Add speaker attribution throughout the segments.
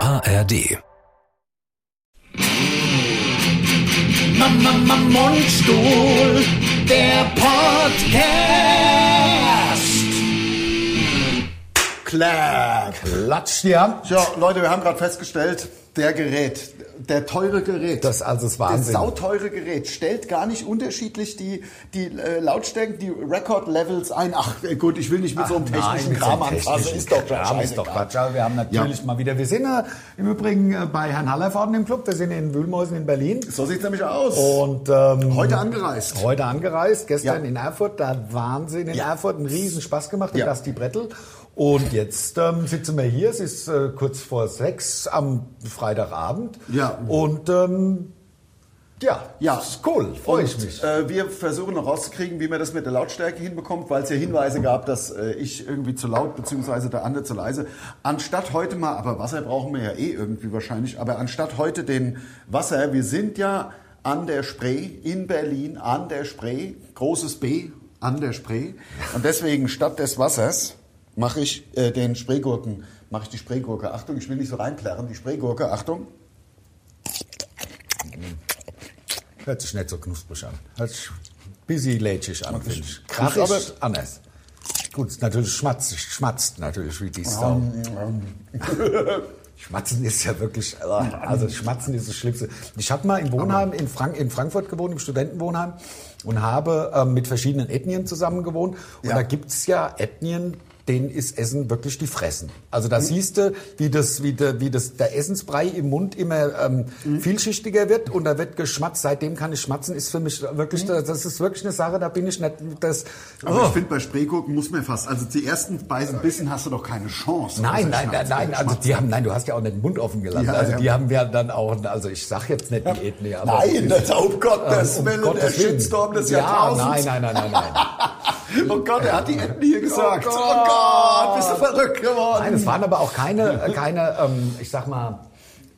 Speaker 1: ARD.
Speaker 2: Mama, Mama, Mundstuhl, der Podcast.
Speaker 3: Clap.
Speaker 4: Klatsch dir.
Speaker 3: So, Leute, wir haben gerade festgestellt, der Gerät, der teure Gerät,
Speaker 4: Das also ist
Speaker 3: das
Speaker 4: Wahnsinn.
Speaker 3: sauteure Gerät stellt gar nicht unterschiedlich die, die äh, Lautstärken, die Record-Levels ein. Ach äh, gut, ich will nicht mit so einem technischen
Speaker 4: mit so einem
Speaker 3: Kram anfassen,
Speaker 4: technischen
Speaker 3: ist doch
Speaker 4: Kram, ist doch
Speaker 3: scheißegal.
Speaker 4: Quatsch. Aber wir haben natürlich mal wieder, wir sind äh, im Übrigen äh, bei Herrn Hallerfaden im Club, wir sind in Wühlmäusen in Berlin.
Speaker 3: So sieht's nämlich aus.
Speaker 4: Und ähm,
Speaker 3: Heute angereist.
Speaker 4: Heute angereist, gestern
Speaker 3: Ja.
Speaker 4: in Erfurt, da hat Wahnsinn in
Speaker 3: Ja.
Speaker 4: Erfurt, einen riesen Spaß gemacht,
Speaker 3: Ja.
Speaker 4: ja. die Brettel. Und jetzt ähm, sitzen wir hier, es ist äh, kurz vor sechs am Freitagabend.
Speaker 3: Ja.
Speaker 4: Und ähm, ja,
Speaker 3: Ja.
Speaker 4: ist cool, freue ich mich.
Speaker 3: Äh, wir versuchen noch rauszukriegen, wie man das mit der Lautstärke hinbekommt, weil es ja Hinweise gab, dass äh, ich irgendwie zu laut bzw. der andere zu leise. Anstatt heute mal, aber Wasser brauchen wir ja eh irgendwie wahrscheinlich, aber anstatt heute den Wasser, wir sind ja an der Spree in Berlin, an der Spree, großes B, an der Spree. Und deswegen statt des Wassers mache ich äh, den Spreegurken, mache ich die Spreegurke. Achtung, ich will nicht so reinplärren, die Spreegurke, Achtung.
Speaker 4: Hört sich nicht so knusprig an. Hört sich busy lätschig an, finde ich. Krach
Speaker 3: aber-
Speaker 4: ist anders. Gut, ist natürlich schmatzig, schmatzt natürlich wie die Sau. Schmatzen ist ja wirklich, äh, also Schmatzen ist das Schlimmste. Ich habe mal in Wohnheim, in, Frank in Frankfurt gewohnt, im Studentenwohnheim und habe ähm, mit verschiedenen Ethnien zusammen gewohnt. Und
Speaker 3: Ja.
Speaker 4: da gibt's ja Ethnien, denen ist Essen wirklich die Fressen. Also da siehst du, wie, das, wie, der, wie das, der Essensbrei im Mund immer ähm, vielschichtiger wird und da wird geschmatzt. Seitdem kann ich schmatzen, ist für mich wirklich, das ist wirklich eine Sache, da bin ich nicht, das...
Speaker 3: Aber
Speaker 4: Oh.
Speaker 3: ich finde, bei Spreegurken muss man fast, also die ersten Beißen Bissen hast du doch keine Chance.
Speaker 4: Nein,
Speaker 3: Also
Speaker 4: nein, nein,
Speaker 3: Schmerz-
Speaker 4: nein, also die haben, nein, du hast ja auch nicht den Mund offen gelassen.
Speaker 3: Ja,
Speaker 4: also
Speaker 3: ja.
Speaker 4: die haben ja dann auch, also ich sag jetzt nicht die Ethnie, aber
Speaker 3: Nein, das, oh Gott, das
Speaker 4: um
Speaker 3: Welle, der
Speaker 4: Gottes Willen.
Speaker 3: Shitstorm des
Speaker 4: ja,
Speaker 3: Jahrtausends.
Speaker 4: Nein, nein, nein, nein, nein.
Speaker 3: Oh Gott, er hat die Ethnie hier gesagt. Oh
Speaker 4: Gott.
Speaker 3: Gott, bist du verrückt geworden.
Speaker 4: nein, es waren aber auch keine, äh, keine, ähm, ich sag mal,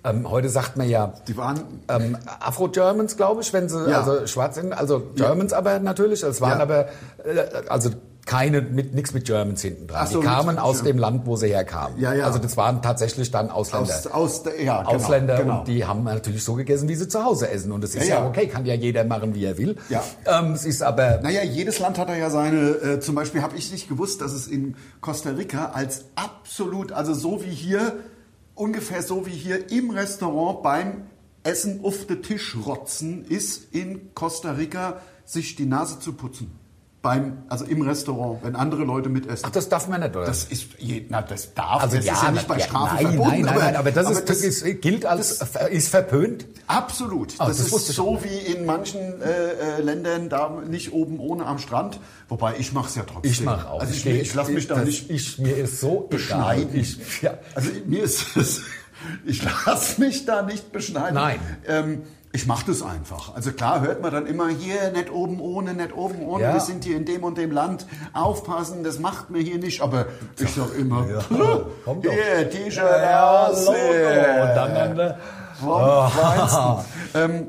Speaker 4: ähm, heute sagt man ja
Speaker 3: die waren,
Speaker 4: ähm, Afro-Germans, glaube ich, wenn sie
Speaker 3: Ja.
Speaker 4: also schwarz sind, also Germans aber natürlich. Es waren
Speaker 3: Ja.
Speaker 4: aber äh, also keine mit nichts mit Germans hinten dran.
Speaker 3: Ach so,
Speaker 4: die
Speaker 3: nichts
Speaker 4: kamen
Speaker 3: mit
Speaker 4: aus
Speaker 3: German.
Speaker 4: dem Land, wo sie herkamen.
Speaker 3: Ja, ja.
Speaker 4: Also das waren tatsächlich dann Ausländer.
Speaker 3: aus, aus, der- ja, genau,
Speaker 4: Ausländer
Speaker 3: genau.
Speaker 4: und die haben natürlich so gegessen, wie sie zu Hause essen. Und es ist
Speaker 3: Ja,
Speaker 4: ja,
Speaker 3: ja.
Speaker 4: okay, kann ja jeder machen, wie er will.
Speaker 3: Ja.
Speaker 4: Ähm, es ist aber
Speaker 3: Naja, jedes Land hat da ja seine, äh, zum Beispiel habe ich nicht gewusst, dass es in Costa Rica als absolut, also so wie hier, ungefähr so wie hier im Restaurant beim Essen auf den Tisch rotzen, ist in Costa Rica sich die Nase zu putzen. Beim, also im Restaurant, wenn andere Leute mitessen.
Speaker 4: ach, das darf man nicht, oder?
Speaker 3: das ist, je, na, das darf,
Speaker 4: also
Speaker 3: das
Speaker 4: ja,
Speaker 3: ist ja nicht bei
Speaker 4: na-
Speaker 3: Strafe
Speaker 4: nein,
Speaker 3: verboten.
Speaker 4: nein, nein, nein, aber das, ist, das ist, gilt als ist verpönt.
Speaker 3: Absolut.
Speaker 4: Ah,
Speaker 3: das,
Speaker 4: das wusste
Speaker 3: ist
Speaker 4: ich
Speaker 3: so wie in manchen äh, äh, Ländern da nicht oben ohne am Strand. Wobei ich mache es ja trotzdem.
Speaker 4: Ich mache auch.
Speaker 3: Also ich,
Speaker 4: geh-
Speaker 3: ich, ich lasse mich da
Speaker 4: das-
Speaker 3: nicht
Speaker 4: Ich, mir ist so
Speaker 3: beschneiden.
Speaker 4: Egal. Ich, ja,
Speaker 3: Also mir ist es. Ich lasse mich da nicht beschneiden.
Speaker 4: Nein.
Speaker 3: Ähm, ich mache das einfach. Also klar hört man dann immer hier nicht oben ohne, nicht oben ohne.
Speaker 4: Ja.
Speaker 3: Wir sind hier in dem und dem Land. Aufpassen, das macht man hier nicht. Aber ich sag immer,
Speaker 4: Ja, komm doch.
Speaker 3: hier T-Shirt
Speaker 4: Ja,
Speaker 3: aus.
Speaker 4: Logo.
Speaker 3: äh,
Speaker 4: Und dann, dann äh,
Speaker 3: vom Feinsten. Ähm,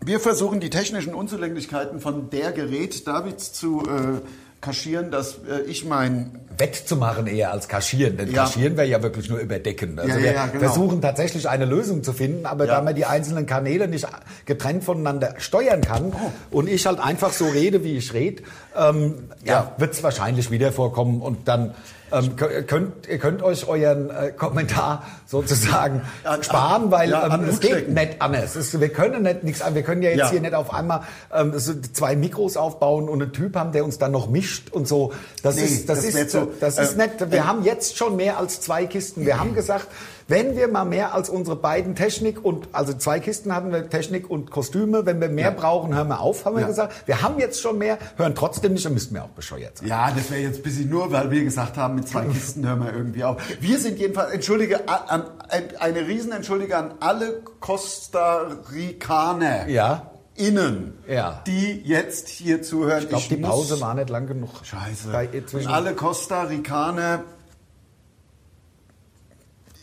Speaker 3: wir versuchen die technischen Unzulänglichkeiten von der Gerät Davids zu äh, kaschieren, dass äh, ich mein
Speaker 4: wettzumachen eher als kaschieren. Denn
Speaker 3: Ja.
Speaker 4: kaschieren wäre ja wirklich nur überdecken. Also
Speaker 3: Ja, ja,
Speaker 4: wir
Speaker 3: ja, genau.
Speaker 4: versuchen tatsächlich eine Lösung zu finden, aber
Speaker 3: Ja.
Speaker 4: da man die einzelnen Kanäle nicht getrennt voneinander steuern kann
Speaker 3: Oh.
Speaker 4: und ich halt einfach so rede, wie ich rede, ähm, ja,
Speaker 3: Ja.
Speaker 4: wird es wahrscheinlich wieder vorkommen und dann ähm, kö- könnt, ihr könnt euch euren äh, Kommentar sozusagen
Speaker 3: An- an-
Speaker 4: sparen, weil
Speaker 3: ja, an
Speaker 4: ähm,
Speaker 3: Mut
Speaker 4: es geht
Speaker 3: stecken.
Speaker 4: nicht anders. Es, wir können nicht nichts, an- wir können ja jetzt
Speaker 3: Ja.
Speaker 4: hier nicht auf einmal ähm, so zwei Mikros aufbauen und einen Typ haben, der uns dann noch mischt und so. Das
Speaker 3: Nee,
Speaker 4: ist, das
Speaker 3: das wär
Speaker 4: ist,
Speaker 3: zu-
Speaker 4: das ist
Speaker 3: äh,
Speaker 4: nicht, wir haben jetzt schon mehr als zwei Kisten. Wir haben gesagt, wenn wir mal mehr als unsere beiden Technik und, also zwei Kisten hatten wir Technik und Kostüme, wenn wir mehr brauchen, hören wir auf, haben wir
Speaker 3: Ja.
Speaker 4: gesagt. Wir haben jetzt schon mehr, hören trotzdem nicht und müssen wir auch bescheuert sein.
Speaker 3: Ja, das wäre jetzt ein bisschen nur, weil wir gesagt haben, mit zwei Kisten hören wir irgendwie auf. Wir sind jedenfalls, entschuldige, a- an, ein- eine Riesenentschuldige an alle Costa Ricaner.
Speaker 4: Ja.
Speaker 3: Innen,
Speaker 4: Ja.
Speaker 3: die jetzt hier zuhören.
Speaker 4: Ich glaube, die
Speaker 3: muss-
Speaker 4: Pause war nicht lang genug.
Speaker 3: Scheiße.
Speaker 4: Bei,
Speaker 3: Und
Speaker 4: zwischen
Speaker 3: alle Costa Ricaner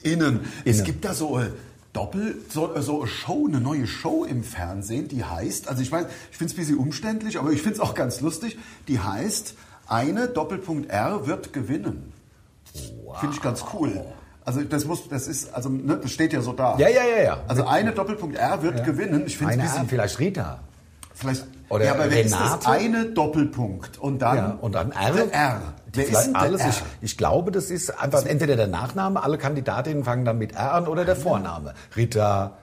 Speaker 3: innen. Es
Speaker 4: Innen.
Speaker 3: gibt da so eine Doppel, so, äh, so eine Show, eine neue Show im Fernsehen, die heißt, also ich weiß, ich finde es ein bisschen umständlich, aber ich finde es auch ganz lustig, die heißt, eine Doppelpunkt R wird gewinnen. Finde ich ganz cool. Also das muss, das ist, also ne, das steht ja so da.
Speaker 4: Ja, ja, ja, ja.
Speaker 3: Also eine Doppelpunkt R wird gewinnen. Ich finde es ein
Speaker 4: Eine
Speaker 3: bisschen,
Speaker 4: Ahnung, vielleicht Rita.
Speaker 3: vielleicht,
Speaker 4: Oder
Speaker 3: ja, aber wer ist das?
Speaker 4: Renate?
Speaker 3: Eine Doppelpunkt und dann,
Speaker 4: Ja, und dann R.
Speaker 3: Der R.
Speaker 4: Die
Speaker 3: Wer ist
Speaker 4: vielleicht
Speaker 3: denn der
Speaker 4: alles.
Speaker 3: R?
Speaker 4: Ich, ich glaube, das ist einfach entweder der Nachname, alle Kandidatinnen fangen dann mit R an oder der Vorname. Rita,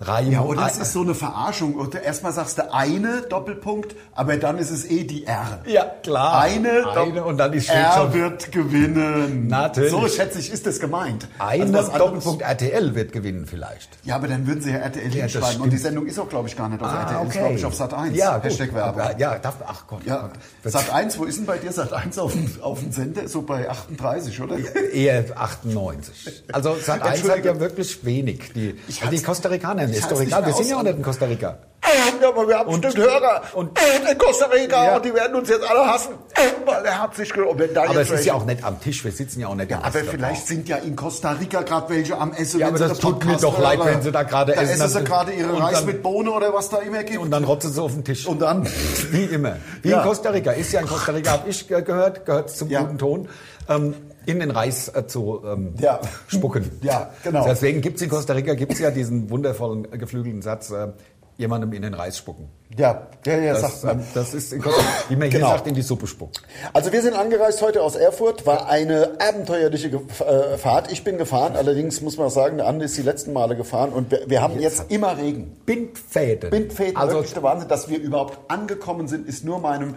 Speaker 4: Raimo.
Speaker 3: Ja, und Oh, das ist so eine Verarschung. Und erstmal sagst du eine Doppelpunkt, aber dann ist es eh die R.
Speaker 4: Ja, klar.
Speaker 3: Eine,
Speaker 4: Eine
Speaker 3: Dopp-
Speaker 4: und dann ist
Speaker 3: R
Speaker 4: schon-
Speaker 3: wird gewinnen.
Speaker 4: Natürlich.
Speaker 3: So schätze ich, ist das gemeint. Also
Speaker 4: Ein
Speaker 3: was anderes-
Speaker 4: Also Doppelpunkt RTL wird gewinnen vielleicht.
Speaker 3: Ja, aber dann würden sie ja RTL
Speaker 4: Ja, das
Speaker 3: hinschreiben. Und
Speaker 4: stimmt. Ah,
Speaker 3: die Sendung ist auch, glaube ich, gar nicht auf RTL. Ist,
Speaker 4: okay.
Speaker 3: glaube ich, auf Sat 1.
Speaker 4: Ja, gut.
Speaker 3: Hashtag Werbung.
Speaker 4: Aber, Ja, darf, ach Gott.
Speaker 3: Ja,
Speaker 4: Gott.
Speaker 3: Sat 1, wo ist denn bei dir Sat 1 auf dem, auf dem Sender? So bei 38, oder?
Speaker 4: Eher 98. Also Sat 1 hat ja
Speaker 3: Entschuldigung.
Speaker 4: wirklich wenig. Die,
Speaker 3: Ich
Speaker 4: also die
Speaker 3: hab's-
Speaker 4: Costa Ricaner,
Speaker 3: ich
Speaker 4: ist doch
Speaker 3: hab's
Speaker 4: egal.
Speaker 3: nicht mehr
Speaker 4: Wir sind ja auch
Speaker 3: aus-
Speaker 4: nicht in Costa Rica.
Speaker 3: Ja, aber wir haben
Speaker 4: Und-
Speaker 3: bestimmt Hörer
Speaker 4: und-
Speaker 3: in Costa Rica
Speaker 4: Ja.
Speaker 3: und die werden uns jetzt alle hassen, weil er hat sich ge- und wenn da
Speaker 4: Aber
Speaker 3: jetzt
Speaker 4: es ist ja
Speaker 3: welche-
Speaker 4: auch nicht am Tisch. Wir sitzen ja auch nicht
Speaker 3: Ja,
Speaker 4: im
Speaker 3: aber
Speaker 4: Restaurant.
Speaker 3: vielleicht sind ja in Costa Rica gerade welche am Essen.
Speaker 4: Ja,
Speaker 3: wenn
Speaker 4: aber
Speaker 3: sie
Speaker 4: das
Speaker 3: den
Speaker 4: tut mir
Speaker 3: Podcast
Speaker 4: doch leid,
Speaker 3: hören.
Speaker 4: wenn sie da gerade
Speaker 3: Da
Speaker 4: essen,
Speaker 3: essen sie
Speaker 4: dann-
Speaker 3: gerade ihre
Speaker 4: und
Speaker 3: Reis
Speaker 4: dann-
Speaker 3: mit Bohne oder was da immer gibt.
Speaker 4: Und dann rotzen sie auf den Tisch.
Speaker 3: Und dann-
Speaker 4: Wie immer. Wie
Speaker 3: Ja.
Speaker 4: in Costa Rica. Ist ja in Costa Rica, habe ich ge- gehört, gehört zum
Speaker 3: Ja.
Speaker 4: guten Ton. Ähm, in den Reis äh, zu ähm,
Speaker 3: Ja.
Speaker 4: spucken.
Speaker 3: Ja, genau.
Speaker 4: Deswegen gibt es in Costa Rica gibt's ja diesen wundervollen äh, geflügelten Satz, äh, jemandem in den Reis spucken.
Speaker 3: ja, ja, ja,
Speaker 4: Das,
Speaker 3: sagt man.
Speaker 4: ähm, das ist, in Costa, wie man
Speaker 3: Genau.
Speaker 4: hier sagt, in die Suppe spuckt.
Speaker 1: Also wir sind angereist heute aus Erfurt, war eine abenteuerliche Ge äh, Fahrt. Ich bin gefahren, allerdings muss man auch sagen, der Andi ist die letzten Male gefahren und wir, wir haben jetzt immer Regen.
Speaker 4: Bindfäden.
Speaker 3: Bindfäden,
Speaker 4: Also
Speaker 3: wirklich der Wahnsinn, dass wir überhaupt angekommen sind, ist nur meinem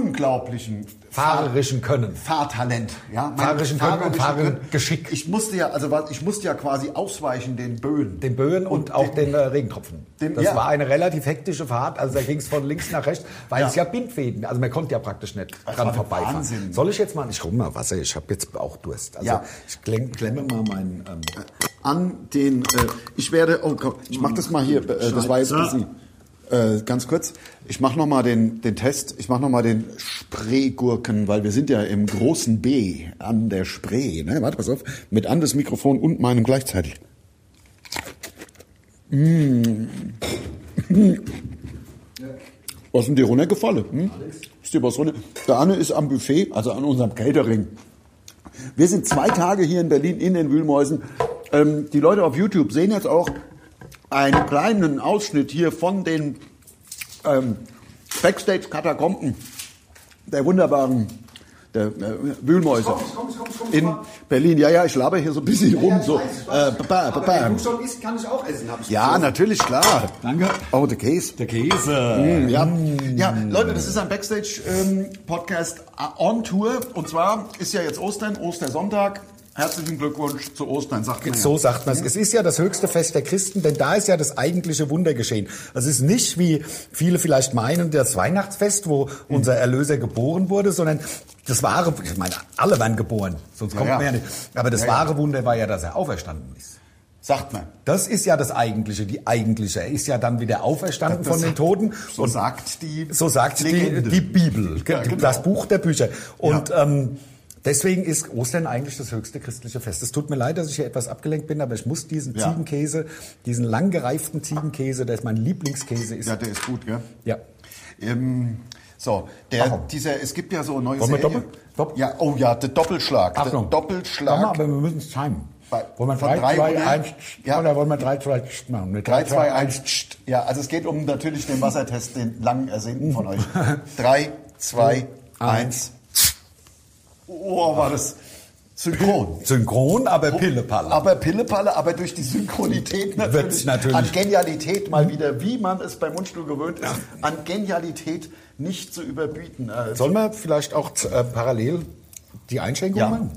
Speaker 3: unglaublichen
Speaker 4: fahrerischen Können.
Speaker 3: Fahrtalent, ja, meinem
Speaker 4: Fahrerischen Können und
Speaker 3: fahrerischen
Speaker 4: Fahrergeschick.
Speaker 3: Können. Ich musste ja, also was- ich musste ja quasi ausweichen den Böen.
Speaker 4: Den Böen und, auch den, äh, Regentropfen.
Speaker 3: den-
Speaker 4: das
Speaker 3: ja.
Speaker 4: war eine relativ hektische Fahrt. Also da ging es von links nach rechts, weil
Speaker 3: Ja.
Speaker 4: es ja Bindfäden, also man konnte ja praktisch nicht
Speaker 3: war
Speaker 4: dran
Speaker 3: der
Speaker 4: vorbeifahren.
Speaker 3: Wahnsinn.
Speaker 4: Soll ich jetzt mal, ich hole mal Wasser, ich habe jetzt auch Durst. Also
Speaker 3: Ja.
Speaker 4: ich klemme, klemme mal meinen... Ähm,
Speaker 1: An den, äh, ich werde, oh komm, ich mach das mal hier, äh, das war jetzt ein bisschen, äh, ganz kurz. Ich mach nochmal den, den Test, ich mach nochmal den Spreegurken, weil wir sind ja im großen B an der Spree, ne? Warte, pass auf, mit Andes Mikrofon und meinem gleichzeitig. Was ist denn dir runtergefallen? Hm? Ist dir was runter? Der Anne ist am Buffet, also an unserem Catering. Wir sind zwei Tage hier in Berlin in den Wühlmäusen. Ähm, die Leute auf YouTube sehen jetzt auch einen kleinen Ausschnitt hier von den ähm, Backstage-Katakomben der wunderbaren der, äh, Wühlmäuse in Berlin. Ja, ja, ich laber hier so ein bisschen rum. so. Äh, ba, ba, ba.
Speaker 4: schon isst, kann ich auch essen, habe ich
Speaker 1: Ja, natürlich, klar. Danke. Oh, der Käse.
Speaker 4: Der Käse.
Speaker 1: Mm, ja.
Speaker 3: Hm, Ja, Leute, das ist ein Backstage-Podcast äh, on Tour. Und zwar ist ja jetzt Ostern, Ostersonntag. Herzlichen Glückwunsch zu Ostern, sagt man.
Speaker 4: So sagt man es. Es ist ja das höchste Fest der Christen, denn da ist ja das eigentliche Wunder geschehen. Es ist nicht, wie viele vielleicht meinen, das Weihnachtsfest, wo
Speaker 3: Hm.
Speaker 4: unser Erlöser geboren wurde, sondern das wahre, ich meine, alle waren geboren, sonst kommt
Speaker 3: ja.
Speaker 4: man ja nicht. Aber das
Speaker 3: Ja, ja.
Speaker 4: wahre Wunder war ja, dass er auferstanden ist.
Speaker 3: Sagt man.
Speaker 4: Das ist ja das eigentliche, die eigentliche. Er ist ja dann wieder auferstanden
Speaker 3: Das-
Speaker 4: von den Toten.
Speaker 3: So
Speaker 4: und
Speaker 3: sagt die
Speaker 4: so sagt die,
Speaker 3: Legende.
Speaker 4: die Bibel,
Speaker 3: Ja, genau.
Speaker 4: das Buch der Bücher. Und ähm, deswegen ist Ostern eigentlich das höchste christliche Fest. Es tut mir leid, dass ich hier etwas abgelenkt bin, aber ich muss diesen
Speaker 3: Ja.
Speaker 4: Ziegenkäse, diesen lang gereiften Ziegenkäse, der ist mein Lieblingskäse ist.
Speaker 3: Ja,
Speaker 4: Ja.
Speaker 3: der ist gut, gell? Ähm, so, der,
Speaker 4: Warum?
Speaker 3: dieser, es gibt ja so neue
Speaker 4: Wollen wir
Speaker 3: Serie.
Speaker 4: doppel- doppel-
Speaker 3: Ja, oh ja, der Doppelschlag. Der
Speaker 4: Achtung.
Speaker 3: Also Doppelschlag.
Speaker 4: Warte Mal, aber wir müssen es timen.
Speaker 3: Bei-
Speaker 4: Wollen wir
Speaker 3: von
Speaker 4: 3,
Speaker 3: drei
Speaker 4: 2,
Speaker 3: oder-
Speaker 4: 1,
Speaker 3: Ja.
Speaker 4: oder wollen wir 3, 2, 1 machen? Mit
Speaker 3: 3, 2, 1. tscht. Ja, also es geht um natürlich den Wassertest, den lang ersehnten von euch. 3, 2, 1. Oh, war das synchron.
Speaker 4: Synchron, aber Ah, Pillepalle.
Speaker 3: Aber Pillepalle, aber durch die Synchronität natürlich,
Speaker 4: Wird's natürlich.
Speaker 3: an Genialität mal wieder, wie man es beim Mundstuhl gewöhnt ist, an Genialität nicht zu überbieten. Also
Speaker 4: Sollen wir vielleicht auch äh, parallel die Einschränkung
Speaker 3: Ja.
Speaker 4: machen?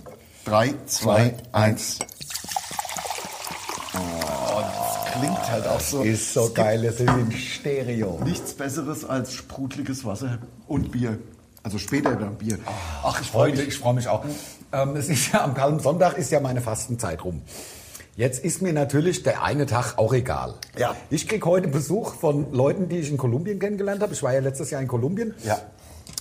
Speaker 3: 3, 2, 1. Oh, Klingt halt auch so.
Speaker 4: Ist so geil, es ist im Stereo.
Speaker 3: Nichts Besseres als sprudeliges Wasser und Bier. Also später dann Bier. Ach, ich freue
Speaker 4: Freunde,
Speaker 3: mich.
Speaker 4: ich freue mich auch. Ähm, es ist ja am Kalben Sonntag ist ja meine Fastenzeit rum. Jetzt ist mir natürlich der eine Tag auch egal.
Speaker 3: Ja.
Speaker 4: Ich krieg heute Besuch von Leuten, die ich in Kolumbien kennengelernt habe. Ich war ja letztes Jahr in Kolumbien.
Speaker 3: Ja.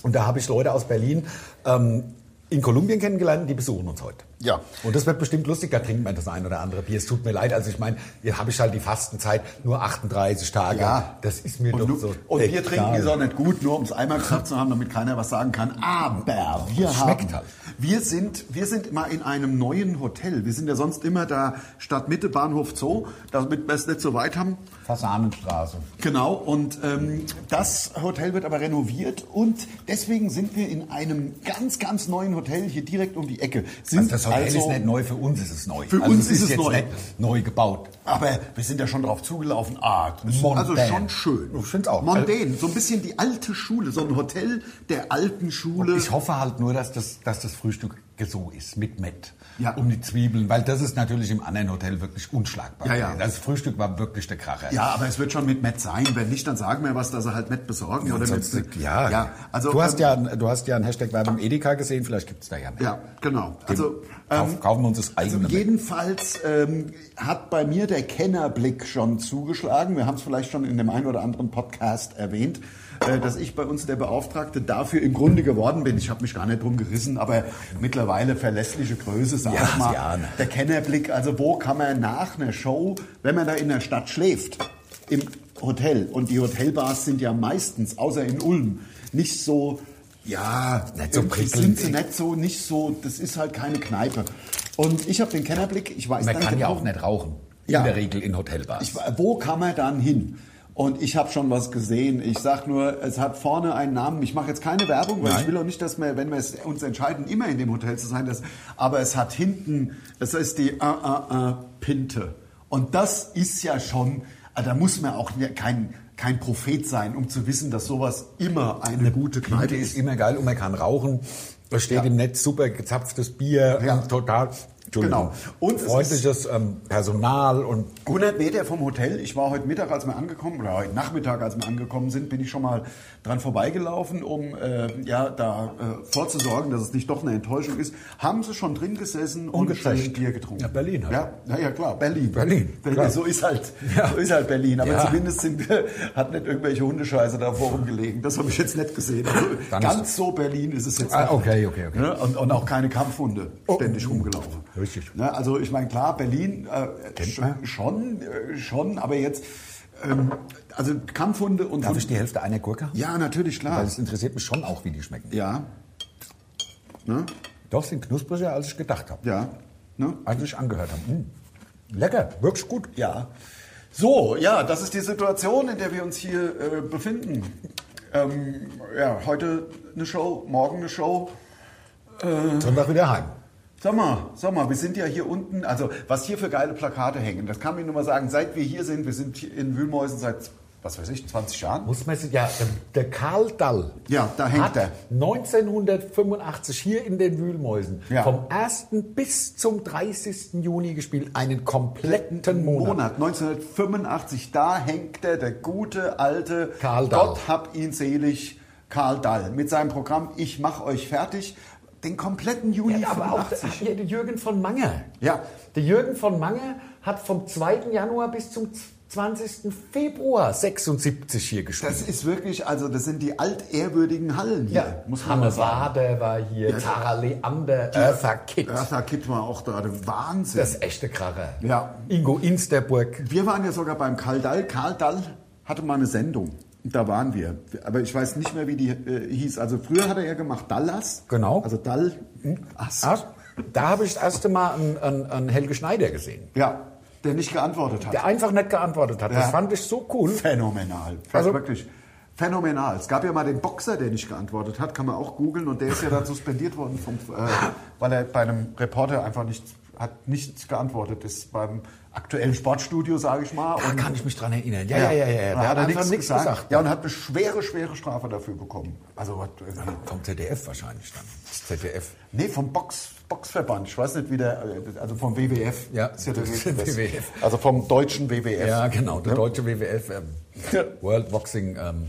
Speaker 4: Und da habe ich Leute aus Berlin ähm, in Kolumbien kennengelernt, die besuchen uns heute.
Speaker 3: Ja.
Speaker 4: Und das wird bestimmt lustig, da trinkt man das ein oder andere Bier. Es tut mir leid, also ich meine, hier habe ich halt die Fastenzeit, nur 38 Tage.
Speaker 3: Ja.
Speaker 4: Das ist mir
Speaker 3: Und,
Speaker 4: doch
Speaker 3: nu-
Speaker 4: so
Speaker 3: und
Speaker 4: egal.
Speaker 3: Bier trinken ist auch nicht gut, nur um es einmal gesagt zu haben, damit keiner was sagen kann. Aber wir
Speaker 4: Es
Speaker 3: haben
Speaker 4: schmeckt halt.
Speaker 3: Wir sind, wir sind mal in einem neuen Hotel. Wir sind ja sonst immer da Stadtmitte, Bahnhof Zoo, damit wir es nicht so weit haben.
Speaker 4: Fasanenstraße.
Speaker 3: Genau, und ähm, das Hotel wird aber renoviert und deswegen sind wir in einem ganz, ganz neuen Hotel hier direkt um die Ecke. Sind
Speaker 4: Also das Hotel ist nicht neu, für uns ist es neu.
Speaker 3: Für
Speaker 4: also
Speaker 3: uns ist es
Speaker 4: jetzt
Speaker 3: neu.
Speaker 4: nicht neu gebaut.
Speaker 3: Aber wir sind ja schon drauf zugelaufen. Ah, das ist
Speaker 4: Mondän.
Speaker 3: also schon schön.
Speaker 4: Ich find's auch.
Speaker 3: Mondän, so ein bisschen die alte Schule, so ein Hotel der alten Schule.
Speaker 4: Ich hoffe halt nur, dass das, dass das Frühstück so ist, mit Met.
Speaker 3: Ja.
Speaker 4: Um die Zwiebeln, weil das ist natürlich im anderen Hotel wirklich unschlagbar.
Speaker 3: Ja, ja.
Speaker 4: Das Frühstück war wirklich der Kracher.
Speaker 3: ja, aber es wird schon mit Matt sein. Wenn nicht, dann sagen wir was, dass er halt Matt besorgen oder
Speaker 4: Sonst,
Speaker 3: mit,
Speaker 4: ja.
Speaker 3: Also
Speaker 4: du, hast
Speaker 3: ähm,
Speaker 4: ja, du hast ja einen Hashtag Werbung Edeka gesehen, vielleicht gibt es da ja mehr.
Speaker 3: ja, genau. Also
Speaker 4: Kauf, kaufen wir uns das
Speaker 3: Also
Speaker 4: eigene Met.
Speaker 3: jedenfalls ähm, hat bei mir der Kennerblick schon zugeschlagen. Wir haben es vielleicht schon in dem einen oder anderen Podcast erwähnt, äh, dass ich bei uns der Beauftragte dafür im Grunde geworden bin. Ich habe mich gar nicht drum gerissen, aber mittlerweile verlässliche Größe, sag
Speaker 4: Ja,
Speaker 3: ich mal.
Speaker 4: ja, ne.
Speaker 3: Der Kennerblick, also wo kann man nach einer Show, wenn man da in der Stadt schläft, im Hotel, und die Hotelbars sind ja meistens, außer in Ulm, nicht so... Ja,
Speaker 4: Nicht so
Speaker 3: irgendwie sind
Speaker 4: prickelnd.
Speaker 3: sie nicht so, nicht so, das ist halt keine Kneipe. Und ich habe den Kennerblick, ich weiß
Speaker 4: Man
Speaker 3: dann
Speaker 4: kann ja
Speaker 3: genau,
Speaker 4: auch nicht rauchen.
Speaker 3: Ja.
Speaker 4: In der Regel in Hotelbars.
Speaker 3: Ich, wo kann man dann hin? Und ich habe schon was gesehen. Ich sag nur, es hat vorne einen Namen. Ich mache jetzt keine Werbung, weil
Speaker 4: Nein.
Speaker 3: ich will auch nicht, dass wir, wenn wir es uns entscheiden, immer in dem Hotel zu sein. Das, aber es hat hinten, es ist die äh, äh, äh, Pinte. Und das ist ja schon, äh, da muss man auch kein, kein Prophet sein, um zu wissen, dass sowas immer eine, gute Kneipe
Speaker 4: Kneipe ist immer geil und man kann rauchen. Es steht im Netz super gezapftes Bier,
Speaker 3: Ja.
Speaker 4: und total Entschuldigung,
Speaker 3: Genau. Und es
Speaker 4: freundliches ähm, Personal und
Speaker 3: 100 Meter vom Hotel. Ich war heute Mittag, als wir angekommen, oder heute Nachmittag, als wir angekommen sind, bin ich schon mal dran vorbeigelaufen, um äh, ja, da äh, vorzusorgen, dass es nicht doch eine Enttäuschung ist. Haben sie schon drin gesessen und
Speaker 4: Umgezeigt.
Speaker 3: schön Bier getrunken.
Speaker 4: Ja, Berlin halt.
Speaker 3: Ja, na ja, klar, Berlin.
Speaker 4: Berlin, klar.
Speaker 3: So ist halt,
Speaker 4: Ja.
Speaker 3: so ist halt Berlin. Aber
Speaker 4: Ja.
Speaker 3: zumindest sind wir, hat nicht irgendwelche Hundescheiße davor rumgelegen. Das habe ich jetzt nicht gesehen. Also
Speaker 4: Dann
Speaker 3: ganz so Berlin ist es jetzt
Speaker 4: Ah,
Speaker 3: nicht.
Speaker 4: okay, okay, okay.
Speaker 3: Ne? Und, und auch keine Kampfhunde ständig rumgelaufen.
Speaker 4: Richtig.
Speaker 3: Ne? Also ich meine, klar, Berlin äh, sch- schon, äh, schon, aber jetzt, ähm, also Kampfhunde und...
Speaker 4: darf
Speaker 3: und
Speaker 4: ich die Hälfte einer Gurke haben?
Speaker 3: ja, natürlich, klar.
Speaker 4: Weil es interessiert mich schon auch, wie die schmecken.
Speaker 3: Ja, ne?
Speaker 4: Doch, sind knuspriger, als ich gedacht habe.
Speaker 3: ja, ne?
Speaker 4: Als ich angehört habe. Mm. Lecker, wirklich gut.
Speaker 3: Ja. So, ja, das ist die Situation, in der wir uns hier äh, befinden. Ähm, ja, heute eine Show, morgen eine Show.
Speaker 4: Sonntag wieder heim.
Speaker 3: Sag mal, sag mal, wir sind ja hier unten, also was hier für geile Plakate hängen, das kann man nur mal sagen, seit wir hier sind, wir sind hier in Wühlmäusen seit, was weiß ich, 20 Jahren.
Speaker 4: Muss man sich, ja, der- der Karl Dall
Speaker 3: Ja, da hängt
Speaker 4: hat
Speaker 3: er.
Speaker 4: 1985 hier in den Wühlmäusen
Speaker 3: Ja.
Speaker 4: vom 1. bis zum 30. Juni gespielt, einen kompletten Monat.
Speaker 3: Monat 1985, da hängt er, der gute alte
Speaker 4: Karl Dall.
Speaker 3: Gott hab ihn selig, Karl Dall, mit seinem Programm Ich mach euch fertig, den kompletten Juni
Speaker 4: Ja, aber auch der,
Speaker 3: 85.
Speaker 4: hier, der Jürgen von Manger.
Speaker 3: Ja.
Speaker 4: Der Jürgen von Manger hat vom 2. Januar bis zum 20. Februar 76 hier gespielt.
Speaker 3: Das ist wirklich, also das sind die altehrwürdigen Hallen hier,
Speaker 4: ja,
Speaker 3: muss man mal
Speaker 4: Hanne
Speaker 3: sagen.
Speaker 4: Wader war hier, Tara Leander, Eartha Kitt.
Speaker 3: Erster Kid war auch da, der Wahnsinn.
Speaker 4: Das ist echte Kracher.
Speaker 3: Ja.
Speaker 4: Ingo Insterburg.
Speaker 3: Wir waren ja sogar beim Karl Dall. Karl Dall hatte mal eine Sendung. Und Da waren wir. Aber ich weiß nicht mehr, wie die äh, hieß. Also früher hat er ja gemacht Dallas.
Speaker 4: Genau. Hm?
Speaker 3: Also Dall. Ass.
Speaker 4: Da habe ich das erste Mal einen, einen, einen Helge Schneider gesehen,
Speaker 3: Ja, der nicht geantwortet hat.
Speaker 4: der einfach nicht geantwortet hat. Das
Speaker 3: Ja.
Speaker 4: fand ich so cool.
Speaker 3: Phänomenal. Also
Speaker 4: Also-
Speaker 3: wirklich. Phänomenal. Es gab ja mal den Boxer, der nicht geantwortet hat, kann man auch googeln und der ist ja dann suspendiert worden, vom, äh, weil er bei einem Reporter einfach nicht, hat nicht geantwortet ist. Beim aktuellen Sportstudio, sage ich mal.
Speaker 4: Da
Speaker 3: Und-
Speaker 4: kann ich mich dran erinnern. Ja, ja, ja. ja, ja.
Speaker 3: Da hat er
Speaker 4: einfach
Speaker 3: nichts gesagt. Ja, und hat eine schwere, schwere Strafe dafür bekommen. Also hat, irgendwie-
Speaker 4: Vom ZDF wahrscheinlich dann. Das ZDF.
Speaker 3: nee, vom Box, Boxverband. Ich weiß nicht, wie der, äh, also vom WWF.
Speaker 4: Ja,
Speaker 3: Ist der
Speaker 4: das ist der WWF.
Speaker 3: Also vom deutschen WWF.
Speaker 4: Ja, genau. Der deutsche WWF, ähm, World Boxing ähm,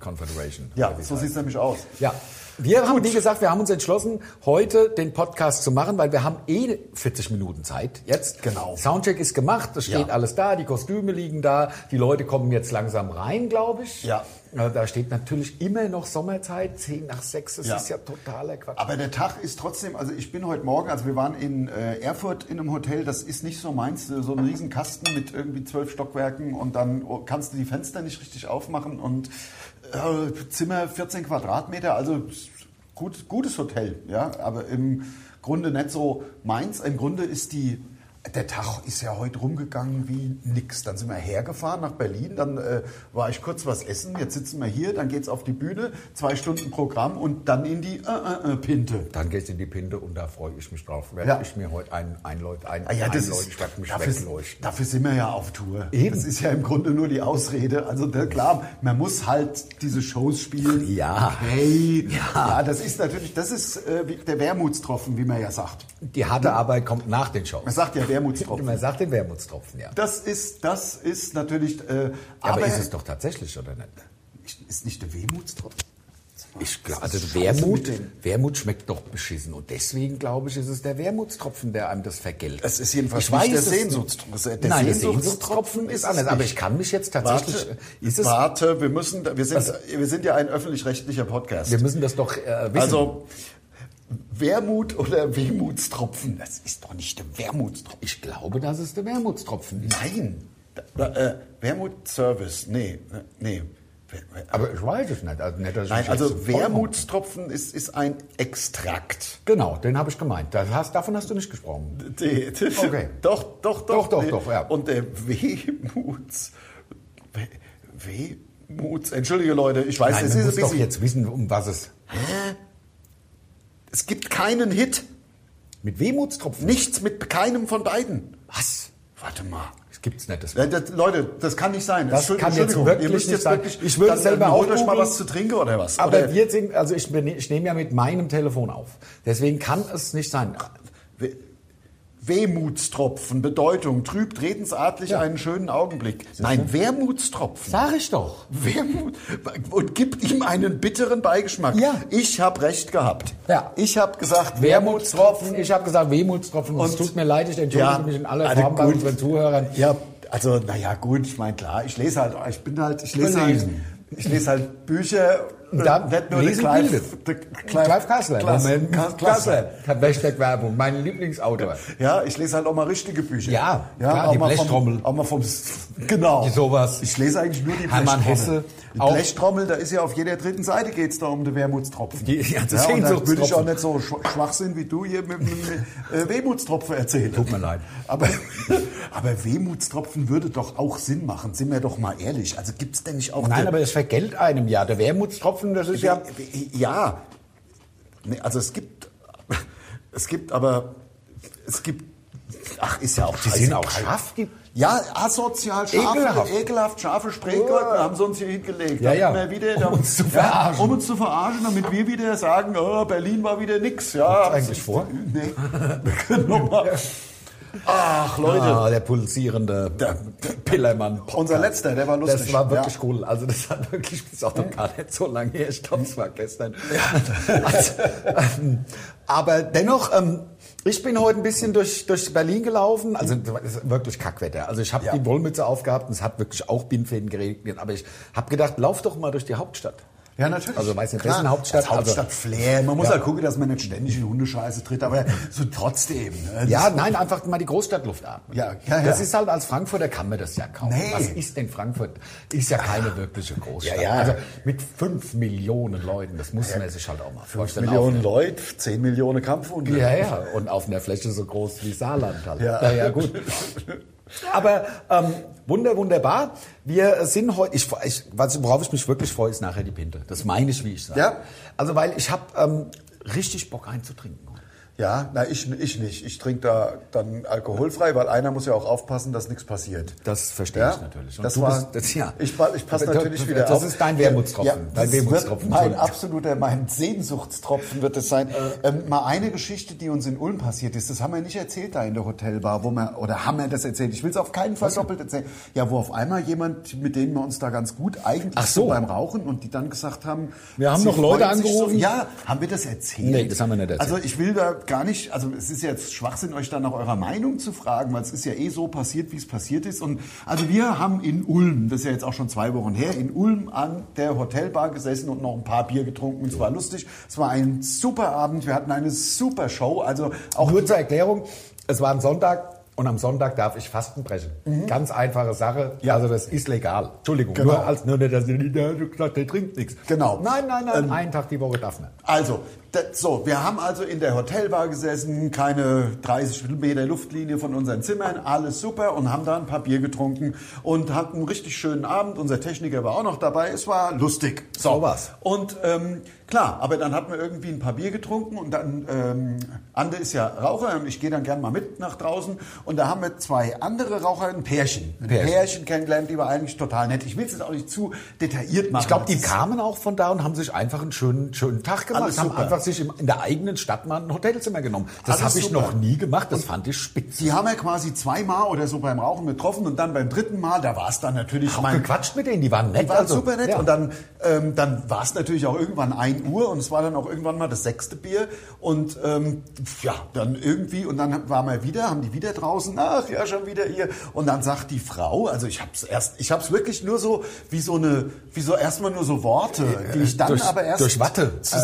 Speaker 4: Confederation.
Speaker 3: Ja, so sieht es nämlich aus.
Speaker 4: Ja. Wir haben, wie gesagt, wir haben uns entschlossen, heute den Podcast zu machen, weil wir haben eh 40 Minuten Zeit jetzt.
Speaker 3: Genau.
Speaker 4: Soundcheck ist gemacht, es steht
Speaker 3: Ja.
Speaker 4: alles da, die Kostüme liegen da, die Leute kommen jetzt langsam rein, glaube ich.
Speaker 3: Ja.
Speaker 4: Äh, Da steht natürlich immer noch Sommerzeit, 10 nach 6, das
Speaker 3: Ja.
Speaker 4: ist ja totaler Quatsch.
Speaker 3: Aber der Tag ist trotzdem, also ich bin heute Morgen, also wir waren in äh, Erfurt in einem Hotel, das ist nicht so meins, äh, so ein riesen Kasten mit irgendwie zwölf Stockwerken und dann oh, kannst du die Fenster nicht richtig aufmachen und äh, Zimmer 14 Quadratmeter, also gut, gutes Hotel, ja, aber im Grunde nicht so meins. Im Grunde ist die der Tag ist ja heute rumgegangen wie nix. Dann sind wir hergefahren nach Berlin, dann äh, war ich kurz was essen, jetzt sitzen wir hier, dann geht's auf die Bühne, zwei Stunden Programm und dann in die äh, äh, äh, Pinte.
Speaker 4: Dann geht's in die Pinte und da freue ich mich drauf. Werde
Speaker 3: Ja.
Speaker 4: ich mir heute ein, einläut, ein,
Speaker 3: Ah ja, das
Speaker 4: einläuten,
Speaker 3: ist,
Speaker 4: statt mich
Speaker 3: dafür,
Speaker 4: wegleuchten.
Speaker 3: dafür sind wir ja auf Tour.
Speaker 4: Eben.
Speaker 3: Das ist ja im Grunde nur die Ausrede. Also da, klar, man muss halt diese Shows spielen.
Speaker 4: Ja.
Speaker 3: Hey. Ja. das ist natürlich, das ist äh, wie der Wermutstropfen, wie man ja sagt.
Speaker 4: Die harte Arbeit kommt nach den
Speaker 3: Man
Speaker 4: Shows.
Speaker 3: sagt ja Wermutstropfen.
Speaker 4: Man sagt den Wermutstropfen, ja.
Speaker 3: Das ist, das ist natürlich. Äh,
Speaker 4: Aber, ist es doch tatsächlich, oder nicht?
Speaker 3: ist nicht der Wehmutstropfen?
Speaker 4: Ich glaube, also
Speaker 3: scheiße mit
Speaker 4: Wermut,
Speaker 3: dem.
Speaker 4: Wermut schmeckt doch beschissen. Und deswegen, glaube ich, ist es der Wermutstropfen, der einem das vergällt.
Speaker 3: Es ist jedenfalls
Speaker 4: Ich
Speaker 3: nicht
Speaker 4: weiß
Speaker 3: der
Speaker 4: es
Speaker 3: Sehnsuchtstropfen.
Speaker 4: nicht.
Speaker 3: Es ist- der
Speaker 4: Nein, der
Speaker 3: Sehnsuchtstropfen
Speaker 4: Sehnsuchtstropfen
Speaker 3: ist
Speaker 4: ist
Speaker 3: es
Speaker 4: anders. Aber
Speaker 3: nicht.
Speaker 4: ich kann mich jetzt tatsächlich...
Speaker 3: Warte,
Speaker 4: ist es,
Speaker 3: warte, wir müssen, wir sind,
Speaker 4: Was?
Speaker 3: wir sind ja ein öffentlich-rechtlicher Podcast.
Speaker 4: wir müssen das doch äh, wissen.
Speaker 3: also Wermut oder Wehmutstropfen, das ist doch nicht der Wermutstropfen.
Speaker 4: ich glaube, dass es der Wermutstropfen ist.
Speaker 3: Nein, da, da, äh, Wermut Service, nee, ne, nee. Wer- wer-
Speaker 4: Aber ich weiß es nicht. Also, nicht dass ich
Speaker 3: Nein,
Speaker 4: mich jetzt
Speaker 3: also
Speaker 4: vollkommen-
Speaker 3: Wermutstropfen ist, ist ein Extrakt.
Speaker 4: Genau, den habe ich gemeint. Das hast, davon hast du nicht gesprochen.
Speaker 3: Die,
Speaker 4: Okay.
Speaker 3: Doch, doch, doch.
Speaker 4: Doch, doch,
Speaker 3: die-
Speaker 4: doch, ja.
Speaker 3: Und der Wehmuts. We- Wehmuts. Entschuldige, Leute, ich weiß,
Speaker 4: Nein,
Speaker 3: es
Speaker 4: du
Speaker 3: ist ein
Speaker 4: musst doch
Speaker 3: bisschen.
Speaker 4: jetzt wissen, um was es...
Speaker 3: Es gibt keinen Hit.
Speaker 4: Mit Wermutstropfen?
Speaker 3: Nichts mit keinem von beiden.
Speaker 4: Was?
Speaker 3: Warte mal.
Speaker 4: Das gibt's nicht. Das
Speaker 3: Ja, das, Leute, das kann nicht sein.
Speaker 4: Das
Speaker 3: Entschuldigung,
Speaker 4: kann jetzt
Speaker 3: Entschuldigung,
Speaker 4: wirklich
Speaker 3: ihr müsst
Speaker 4: nicht
Speaker 3: jetzt
Speaker 4: sein.
Speaker 3: wirklich.
Speaker 4: Ich würde
Speaker 3: dann,
Speaker 4: selber
Speaker 3: dann holt euch mal
Speaker 4: aufgoogeln.
Speaker 3: was zu trinken oder was.
Speaker 4: Aber
Speaker 3: oder,
Speaker 4: wir sind, also ich, bene- ich nehme ja mit meinem Telefon auf. Deswegen kann es nicht sein.
Speaker 3: We- Wehmutstropfen, Bedeutung, trübt redensartlich einen schönen Augenblick. Nein, Wermutstropfen.
Speaker 4: Sag ich doch.
Speaker 3: Wermut und gibt ihm einen bitteren Beigeschmack.
Speaker 4: Ja.
Speaker 3: Ich habe recht gehabt.
Speaker 4: Ja.
Speaker 3: Ich habe gesagt,
Speaker 4: Wermutstropfen, ich habe gesagt Wehmutstropfen. Und es
Speaker 3: Und-
Speaker 4: tut mir leid, ich entschuldige mich in aller
Speaker 3: also
Speaker 4: Form bei
Speaker 3: gut.
Speaker 4: unseren Zuhörern.
Speaker 3: Ja, also naja, gut, ich meine, klar, ich lese halt, ich bin halt, ich lese halt,
Speaker 4: Gelesen.
Speaker 3: ich lese halt Bücher,
Speaker 4: Und dann
Speaker 3: die
Speaker 4: lesen
Speaker 3: Clive,
Speaker 4: Bilder.
Speaker 3: der
Speaker 4: Clive, Clive Kassler. Moment,
Speaker 3: Kassler.
Speaker 4: Kassler. Hashtag Werbung, mein Lieblingsautor.
Speaker 3: Ja, ich lese halt auch mal richtige Bücher.
Speaker 4: Ja, klar,
Speaker 3: auch
Speaker 4: die
Speaker 3: mal
Speaker 4: Blechtrommel.
Speaker 3: Vom, auch mal vom, genau.
Speaker 4: Die sowas.
Speaker 3: Ich lese eigentlich nur die
Speaker 4: Hermann
Speaker 3: Blechtrommel.
Speaker 4: Hesse,
Speaker 3: Die
Speaker 4: auch-
Speaker 3: Blechtrommel, da ist ja auf jeder dritten Seite geht's da um den Wermutstropfen.
Speaker 4: Die- ja,
Speaker 3: und
Speaker 4: das
Speaker 3: da
Speaker 4: Sehnsuchtstropfen.
Speaker 3: würde ich auch nicht so schw- Schwachsinn wie du hier mit dem äh, Wehmutstropfen erzählen.
Speaker 4: Tut mir leid.
Speaker 3: Aber, aber Wehmutstropfen würde doch auch Sinn machen, sind wir doch mal ehrlich. Also gibt's denn nicht auch...
Speaker 4: Nein,
Speaker 3: den-
Speaker 4: aber es vergällt einem ja. Der Wermutstropfen, das ist ja...
Speaker 3: ja, ja. Nee, also es gibt, es gibt aber, es gibt, ach, ist ja auch scheiße.
Speaker 4: sind auch scharf, die-
Speaker 3: Ja, asozial, scharfe,
Speaker 4: Ekelhaft.
Speaker 3: ekelhaft, scharfe Sprechgurken haben sie uns hier hingelegt.
Speaker 4: Ja, ja.
Speaker 3: Damit wir Wieder,
Speaker 4: Um uns zu verarschen.
Speaker 3: um uns zu verarschen, damit wir wieder sagen, oh, Berlin war wieder nix. Ja,
Speaker 4: Kommt's eigentlich vor?
Speaker 3: Nee. Wir können noch mal. Ach, Leute.
Speaker 4: Ah, der pulsierende Pillermann.
Speaker 3: Unser letzter, der war lustig.
Speaker 4: Das war wirklich
Speaker 3: Ja.
Speaker 4: cool. Also das hat wirklich, das ist auch noch gar nicht so lange her. Ich glaube, es war gestern. Also, ähm, aber dennoch, ähm, ich bin heute ein bisschen durch, durch Berlin gelaufen. Also es ist wirklich Kackwetter. Also ich habe die Wollmütze aufgehabt und es hat wirklich auch Bienenfäden geregnet. Aber ich habe gedacht, lauf doch mal durch die Hauptstadt.
Speaker 3: Ja, natürlich.
Speaker 4: Also weiß nicht,
Speaker 3: Klar,
Speaker 4: Hessen Hauptstadt.
Speaker 3: als Hauptstadt
Speaker 4: Also,
Speaker 3: Flair. Man muss
Speaker 4: Ja.
Speaker 3: halt gucken, dass man nicht ständig in Hundescheiße tritt, aber so trotzdem. ne?
Speaker 4: ja, nein, einfach mal die Großstadtluft atmen.
Speaker 3: Ja, ja, ja.
Speaker 4: Das ist halt als Frankfurter kann man das ja kaum.
Speaker 3: Nee.
Speaker 4: Was ist denn Frankfurt? Ist ja keine wirkliche Großstadt.
Speaker 3: Ja, ja.
Speaker 4: Also mit fünf Millionen Leuten, das muss man sich halt auch mal vorstellen.
Speaker 3: Millionen Leute, 10 Millionen Kampfhunde.
Speaker 4: Auf, ja, ja. Und auf einer Fläche so groß wie Saarland halt.
Speaker 3: Ja.
Speaker 4: Na ja gut. Aber ähm, wunder, wunderbar. Wir sind heute, ich, ich, was- worauf ich mich wirklich freue, ist nachher die Pinte. Das meine ich, wie ich sage.
Speaker 3: Ja.
Speaker 4: Also weil ich habe ähm, richtig Bock einzutrinken.
Speaker 3: Ja, na, ich, ich nicht. Ich trinke da dann alkoholfrei, weil einer muss ja auch aufpassen, dass nichts passiert.
Speaker 4: Das verstehe ich natürlich. Und
Speaker 3: das
Speaker 4: du
Speaker 3: war,
Speaker 4: bist- das- ja.
Speaker 3: Ich, pa- ich passe
Speaker 4: Aber das-
Speaker 3: natürlich wieder
Speaker 4: das
Speaker 3: auf.
Speaker 4: ist dein Wermutstropfen.
Speaker 3: Ja,
Speaker 4: Dein
Speaker 3: das
Speaker 4: Wermutstropfen.
Speaker 3: Wird mein
Speaker 4: Entschuldigung. Äh.
Speaker 3: absoluter, mein Sehnsuchtstropfen wird es sein. Ähm, mal eine Geschichte, die uns in Ulm passiert ist, das haben wir nicht erzählt da in der Hotelbar, wo wir, oder haben wir das erzählt? Ich will es auf keinen Fall doppelt erzählen. Ja, wo auf einmal jemand, mit dem wir uns da ganz gut eigentlich
Speaker 4: Ach so.
Speaker 3: beim Rauchen und die dann gesagt haben,
Speaker 4: Wir haben
Speaker 3: sie
Speaker 4: noch Leute
Speaker 3: freuen sich
Speaker 4: angerufen.
Speaker 3: So, ja, haben wir das erzählt?
Speaker 4: Nee, das haben wir nicht erzählt.
Speaker 3: Also ich will da gar nicht, also es ist jetzt Schwachsinn, euch da nach eurer Meinung zu fragen, weil es ist ja eh so passiert, wie es passiert ist. Und also wir haben in Ulm, das ist ja jetzt auch schon zwei Wochen her, in Ulm an der Hotelbar gesessen und noch ein paar Bier getrunken. Es war lustig, es war ein super Abend, wir hatten eine super Show. Also auch
Speaker 4: Nur zur Erklärung, es war ein Sonntag und am Sonntag darf ich Fasten brechen. Ganz einfache Sache.
Speaker 3: Mhm. Ja.
Speaker 4: Also das ist legal. Entschuldigung,
Speaker 3: Genau.
Speaker 4: nur als nur nicht, dass ihr nicht- der hat gesagt, der trinkt nichts. Ähm,
Speaker 3: Genau.
Speaker 4: Nein, nein, nein, einen Tag die Woche darf man.
Speaker 3: Also, Das, so, wir haben also in der Hotelbar gesessen, keine 30 Meter Luftlinie von unseren Zimmern, alles super und haben da ein paar Bier getrunken und hatten einen richtig schönen Abend. Unser Techniker war auch noch dabei, es war lustig. So,
Speaker 4: So war's.
Speaker 3: Und ähm, klar, aber dann hatten wir irgendwie ein paar Bier getrunken und dann, ähm, Ande ist ja Raucher und ich gehe dann gern mal mit nach draußen und da haben wir zwei andere Raucher, ein Pärchen, ein Pärchen,
Speaker 4: Pärchen.
Speaker 3: kennengelernt, die war eigentlich total nett. Ich will es jetzt auch nicht zu detailliert machen.
Speaker 4: Ich glaube, die
Speaker 3: Das ist-
Speaker 4: kamen auch von da und haben sich einfach einen schönen, schönen Tag gemacht.
Speaker 3: Alles
Speaker 4: haben
Speaker 3: super.
Speaker 4: einfach sich im, in der eigenen Stadt mal ein Hotelzimmer genommen. Das
Speaker 3: Alles
Speaker 4: habe ich
Speaker 3: super.
Speaker 4: noch nie gemacht. Das fand ich spitze.
Speaker 3: Die haben ja quasi zweimal oder so beim Rauchen getroffen und dann beim dritten Mal, da war es dann natürlich
Speaker 4: Ich hab gequatscht mit denen, die waren nett.
Speaker 3: Die waren
Speaker 4: also,
Speaker 3: super nett
Speaker 4: ja.
Speaker 3: und dann, ähm, dann war es natürlich auch irgendwann 1 Uhr und es war dann auch irgendwann mal das sechste Bier und ähm, ja, dann irgendwie und dann waren wir wieder, haben die wieder draußen, ach ja, schon wieder hier und dann sagt die Frau, also ich hab's erst, ich hab's wirklich nur so wie so eine, wie so erstmal nur so Worte, die ich dann
Speaker 4: Äh, durch-
Speaker 3: aber erst
Speaker 4: durch Watte.
Speaker 3: zu,
Speaker 4: Äh,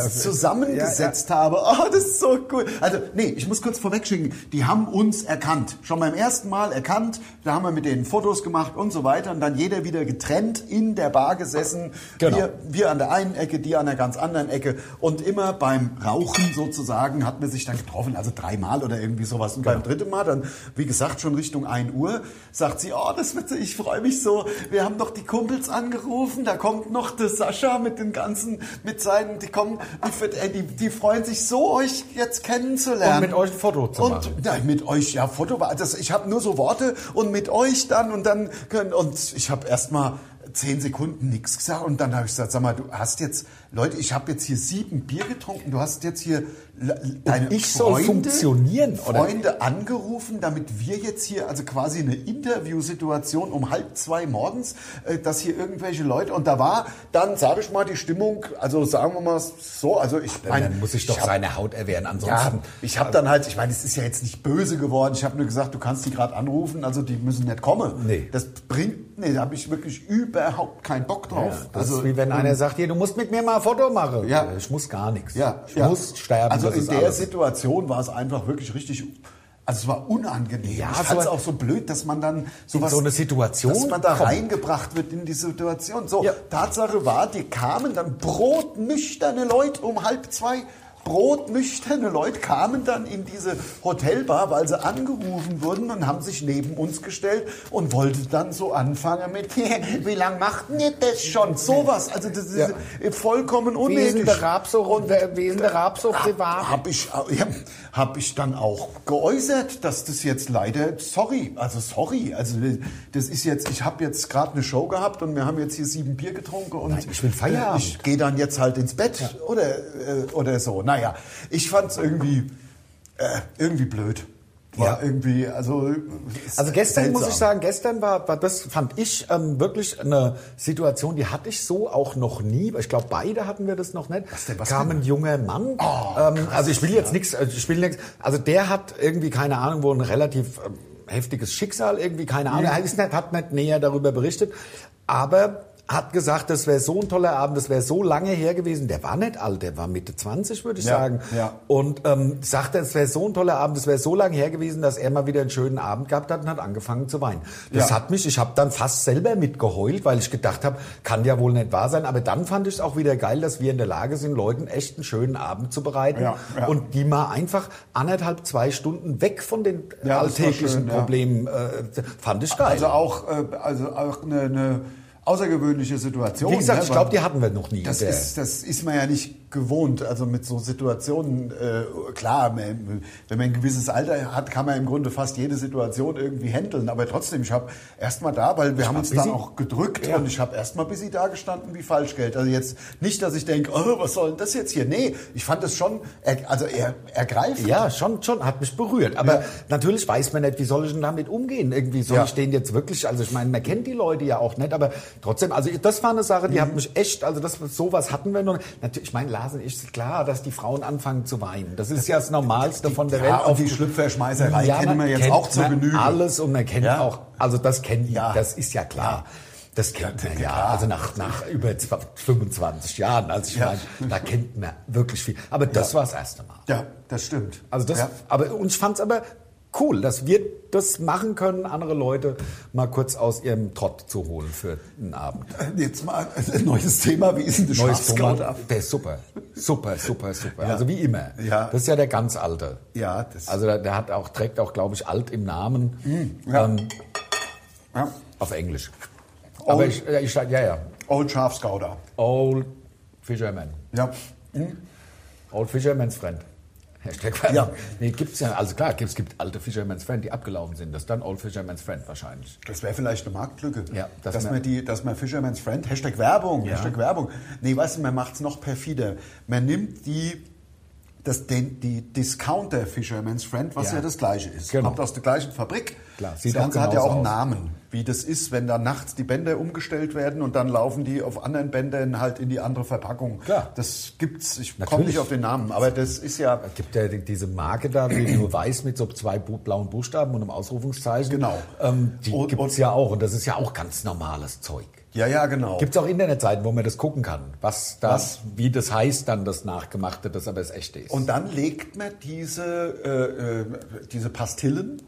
Speaker 3: zusammengesetzt habe. Oh, das ist so cool. Also nee, ich muss kurz vorwegschicken, die haben uns erkannt, schon beim ersten Mal erkannt, da haben wir mit denen Fotos gemacht und so weiter und dann jeder wieder getrennt in der Bar gesessen.
Speaker 4: Genau.
Speaker 3: Wir, wir an der einen Ecke, die an der ganz anderen Ecke. Und immer beim Rauchen sozusagen hat man sich dann getroffen, also dreimal oder irgendwie sowas. Und
Speaker 4: Genau.
Speaker 3: beim dritten Mal dann, wie gesagt, schon Richtung 1 Uhr, sagt sie, oh, das wird, ich freue mich so. Wir haben noch die Kumpels angerufen, da kommt noch der Sascha mit den ganzen, mit seinen, die kommen, die, ey, die, die freuen sich so, euch jetzt kennenzulernen.
Speaker 4: Und mit euch ein Foto zu
Speaker 3: und,
Speaker 4: machen.
Speaker 3: Nein, mit euch, ja, Foto war, das, ich habe nur so Worte und mit euch dann und dann können, und ich habe erstmal zehn Sekunden nichts gesagt und dann habe ich gesagt, sag mal, du hast jetzt, Leute, ich habe jetzt hier sieben Bier getrunken, du hast jetzt hier la- deine
Speaker 4: ich soll
Speaker 3: Freunde,
Speaker 4: funktionieren, oder?
Speaker 3: Freunde angerufen, damit wir jetzt hier, also quasi eine Interviewsituation um halb zwei morgens, äh, dass hier irgendwelche Leute, und da war dann, sage ich mal, die Stimmung, also sagen wir mal so, also ich
Speaker 4: Dann, dann muss ich doch
Speaker 3: hab-
Speaker 4: seine Haut erwehren. Ansonsten.
Speaker 3: ja, ich habe dann halt, ich meine, es ist ja jetzt nicht böse geworden. Ich habe nur gesagt, du kannst die gerade anrufen, also die müssen nicht kommen.
Speaker 4: Nee.
Speaker 3: Das bringt, nee, da habe ich wirklich überhaupt keinen Bock drauf. Also
Speaker 4: Das ist wie wenn einer sagt, hier, du musst mit mir mal ein Foto machen.
Speaker 3: ähm, Ja.
Speaker 4: Ich muss gar nichts.
Speaker 3: ja,
Speaker 4: ich
Speaker 3: ja.
Speaker 4: muss sterben.
Speaker 3: Also
Speaker 4: das
Speaker 3: in
Speaker 4: ist
Speaker 3: der
Speaker 4: alles.
Speaker 3: Situation war es einfach wirklich richtig. Also es war unangenehm.
Speaker 4: Ja,
Speaker 3: ich
Speaker 4: so
Speaker 3: fand es
Speaker 4: ein-
Speaker 3: auch so blöd, dass man dann sowas,
Speaker 4: so eine Situation
Speaker 3: dass man da
Speaker 4: kommt.
Speaker 3: reingebracht wird in die Situation. So
Speaker 4: Ja.
Speaker 3: Tatsache war, die kamen dann brotnüchterne Leute um halb zwei. Brotnüchterne Leute kamen dann in diese Hotelbar, weil sie angerufen wurden und haben sich neben uns gestellt und wollten dann so anfangen mit, wie lange macht denn ihr das schon? Sowas, also das ist vollkommen unnötig.
Speaker 4: Rabsucht, wie ist der Rabsucht, sie
Speaker 3: Habe ich, ja, hab ich dann auch geäußert, dass das jetzt leider, sorry, also sorry, also das ist jetzt, ich habe jetzt gerade eine Show gehabt und wir haben jetzt hier sieben Bier getrunken und äh,
Speaker 4: ich will Feierabend.
Speaker 3: Ich gehe dann jetzt halt ins Bett oder, äh, oder so. Naja, ich fand es irgendwie, äh, irgendwie blöd. War
Speaker 4: Ja.
Speaker 3: irgendwie, also.
Speaker 4: Also gestern muss ich
Speaker 3: seltsam.
Speaker 4: sagen, gestern war, war das fand ich ähm, wirklich eine Situation, die hatte ich so auch noch nie. Ich glaube, beide hatten wir das noch nicht. Was
Speaker 3: denn, Oh, was
Speaker 4: Kam ein junger Mann. ähm, also ich will jetzt nichts, also ich will nichts. Also der hat irgendwie keine Ahnung, wo ein relativ ähm, heftiges Schicksal irgendwie keine Ahnung.
Speaker 3: Mhm.
Speaker 4: Er ist nicht, hat nicht näher darüber berichtet, aber hat gesagt, das wäre so ein toller Abend, das wäre so lange her gewesen. Der war nicht alt, der war Mitte 20, würde ich
Speaker 3: Ja,
Speaker 4: sagen.
Speaker 3: ja.
Speaker 4: Und ähm, sagte, es wäre so ein toller Abend, es wäre so lange her gewesen, dass er mal wieder einen schönen Abend gehabt hat und hat angefangen zu weinen. Das
Speaker 3: Ja.
Speaker 4: hat mich, ich habe dann fast selber mitgeheult, weil ich gedacht habe, kann ja wohl nicht wahr sein. Aber dann fand ich es auch wieder geil, dass wir in der Lage sind, Leuten echt einen schönen Abend zu bereiten
Speaker 3: Ja, ja.
Speaker 4: und die mal einfach anderthalb, zwei Stunden weg von den äh,
Speaker 3: Ja, das war
Speaker 4: alltäglichen
Speaker 3: schön, ja.
Speaker 4: Problemen. Äh, fand ich geil.
Speaker 3: Also auch, äh, also auch eine, eine außergewöhnliche Situation.
Speaker 4: Wie gesagt,
Speaker 3: ne,
Speaker 4: ich
Speaker 3: weil-
Speaker 4: glaube, die hatten wir noch nie.
Speaker 3: Das
Speaker 4: Der-
Speaker 3: ist, das ist man ja nicht gewohnt. Also mit so Situationen, äh, klar, man, wenn man ein gewisses Alter hat, kann man im Grunde fast jede Situation irgendwie handeln. Aber trotzdem, ich habe erst mal da, weil wir haben uns dann
Speaker 4: busy.
Speaker 3: auch gedrückt und ich habe erst mal busy dagestanden wie Falschgeld. Also jetzt nicht, dass ich denke, oh, was soll denn das jetzt hier? Nee, ich fand das schon er, also er, ergreifend.
Speaker 4: Ja, schon, schon, hat mich berührt. Aber
Speaker 3: Ja.
Speaker 4: natürlich weiß man nicht, wie soll ich denn damit umgehen? Irgendwie soll
Speaker 3: Ja.
Speaker 4: ich den jetzt wirklich, also ich meine, man kennt die Leute ja auch nicht, aber trotzdem, also das war eine Sache, die
Speaker 3: Mhm.
Speaker 4: hat mich echt, also das, sowas hatten wir noch. Natürlich, ich meine, Lars und ich, ist klar, dass die Frauen anfangen zu weinen. Das ist ja das Normalste von der Welt.
Speaker 3: Ja, und die
Speaker 4: Auf-
Speaker 3: Schlüpferschmeißerei kennen
Speaker 4: man
Speaker 3: wir jetzt
Speaker 4: kennt
Speaker 3: auch zur
Speaker 4: man
Speaker 3: Genüge.
Speaker 4: Alles und man kennt
Speaker 3: Ja.
Speaker 4: auch, also das kennt
Speaker 3: Ja.
Speaker 4: ja. das ist ja klar. Das kennt man ja, also nach, nach über 25 Jahren, also ich
Speaker 3: Ja.
Speaker 4: meine, da kennt man wirklich viel. Aber das war das erste Mal.
Speaker 3: Ja, das stimmt.
Speaker 4: Also das,
Speaker 3: Ja.
Speaker 4: aber und ich fand's aber cool, dass wir das machen können, andere Leute mal kurz aus ihrem Trott zu holen für einen Abend.
Speaker 3: Jetzt mal ein neues Thema. Wie ist denn das
Speaker 4: Neues
Speaker 3: Schafskraut
Speaker 4: Format.
Speaker 3: ab?
Speaker 4: Der ist super. Super, super, super. Also wie immer.
Speaker 3: Ja.
Speaker 4: Das ist ja der ganz alte.
Speaker 3: Ja, das.
Speaker 4: Also der, der hat auch, trägt auch, glaube ich, alt im Namen.
Speaker 3: Mhm, ja.
Speaker 4: ähm,
Speaker 3: ja.
Speaker 4: Auf Englisch.
Speaker 3: Old-
Speaker 4: Aber ich, ja, ich sag, ja, ja.
Speaker 3: Old Schafsgauder.
Speaker 4: Old Fisherman.
Speaker 3: Ja.
Speaker 4: Old Fisherman's Friend. Hashtag Werbung.
Speaker 3: Ja.
Speaker 4: Nee, gibt's ja. Also klar, es gibt alte Fisherman's Friend, die abgelaufen sind. Das ist dann Old Fisherman's Friend wahrscheinlich.
Speaker 3: Das wäre vielleicht eine Marktlücke.
Speaker 4: Ja,
Speaker 3: dass,
Speaker 4: dass
Speaker 3: man,
Speaker 4: man-
Speaker 3: die, dass man Fisherman's Friend, Hashtag Werbung,
Speaker 4: Ja.
Speaker 3: Hashtag Werbung. Nee, weißt du, man macht es noch perfider. Man nimmt die, das, den, die Discounter Fisherman's Friend, was ja,
Speaker 4: Ja.
Speaker 3: das gleiche ist.
Speaker 4: Genau.
Speaker 3: Kommt aus der gleichen Fabrik.
Speaker 4: Klar,
Speaker 3: das
Speaker 4: sieht
Speaker 3: Ganze
Speaker 4: auch
Speaker 3: hat ja auch einen
Speaker 4: genauso
Speaker 3: Namen, wie das ist, wenn da nachts die Bänder umgestellt werden und dann laufen die auf anderen Bändern halt in die andere Verpackung.
Speaker 4: Klar.
Speaker 3: Das gibt's, ich komme
Speaker 4: Natürlich.
Speaker 3: nicht auf den Namen, aber das ist ja...
Speaker 4: Es gibt ja die- diese Marke da, die nur weiß mit so zwei bu- blauen Buchstaben und einem Ausrufungszeichen.
Speaker 3: Genau.
Speaker 4: Ähm, die
Speaker 3: Und-
Speaker 4: gibt's
Speaker 3: und-
Speaker 4: ja auch und das ist ja auch ganz normales Zeug.
Speaker 3: Ja, ja, genau.
Speaker 4: Gibt's auch Internetseiten, wo man das gucken kann, was das,
Speaker 3: Was?
Speaker 4: wie das heißt dann das Nachgemachte, das aber das Echte ist.
Speaker 3: Und dann legt man diese, äh, äh, diese Pastillen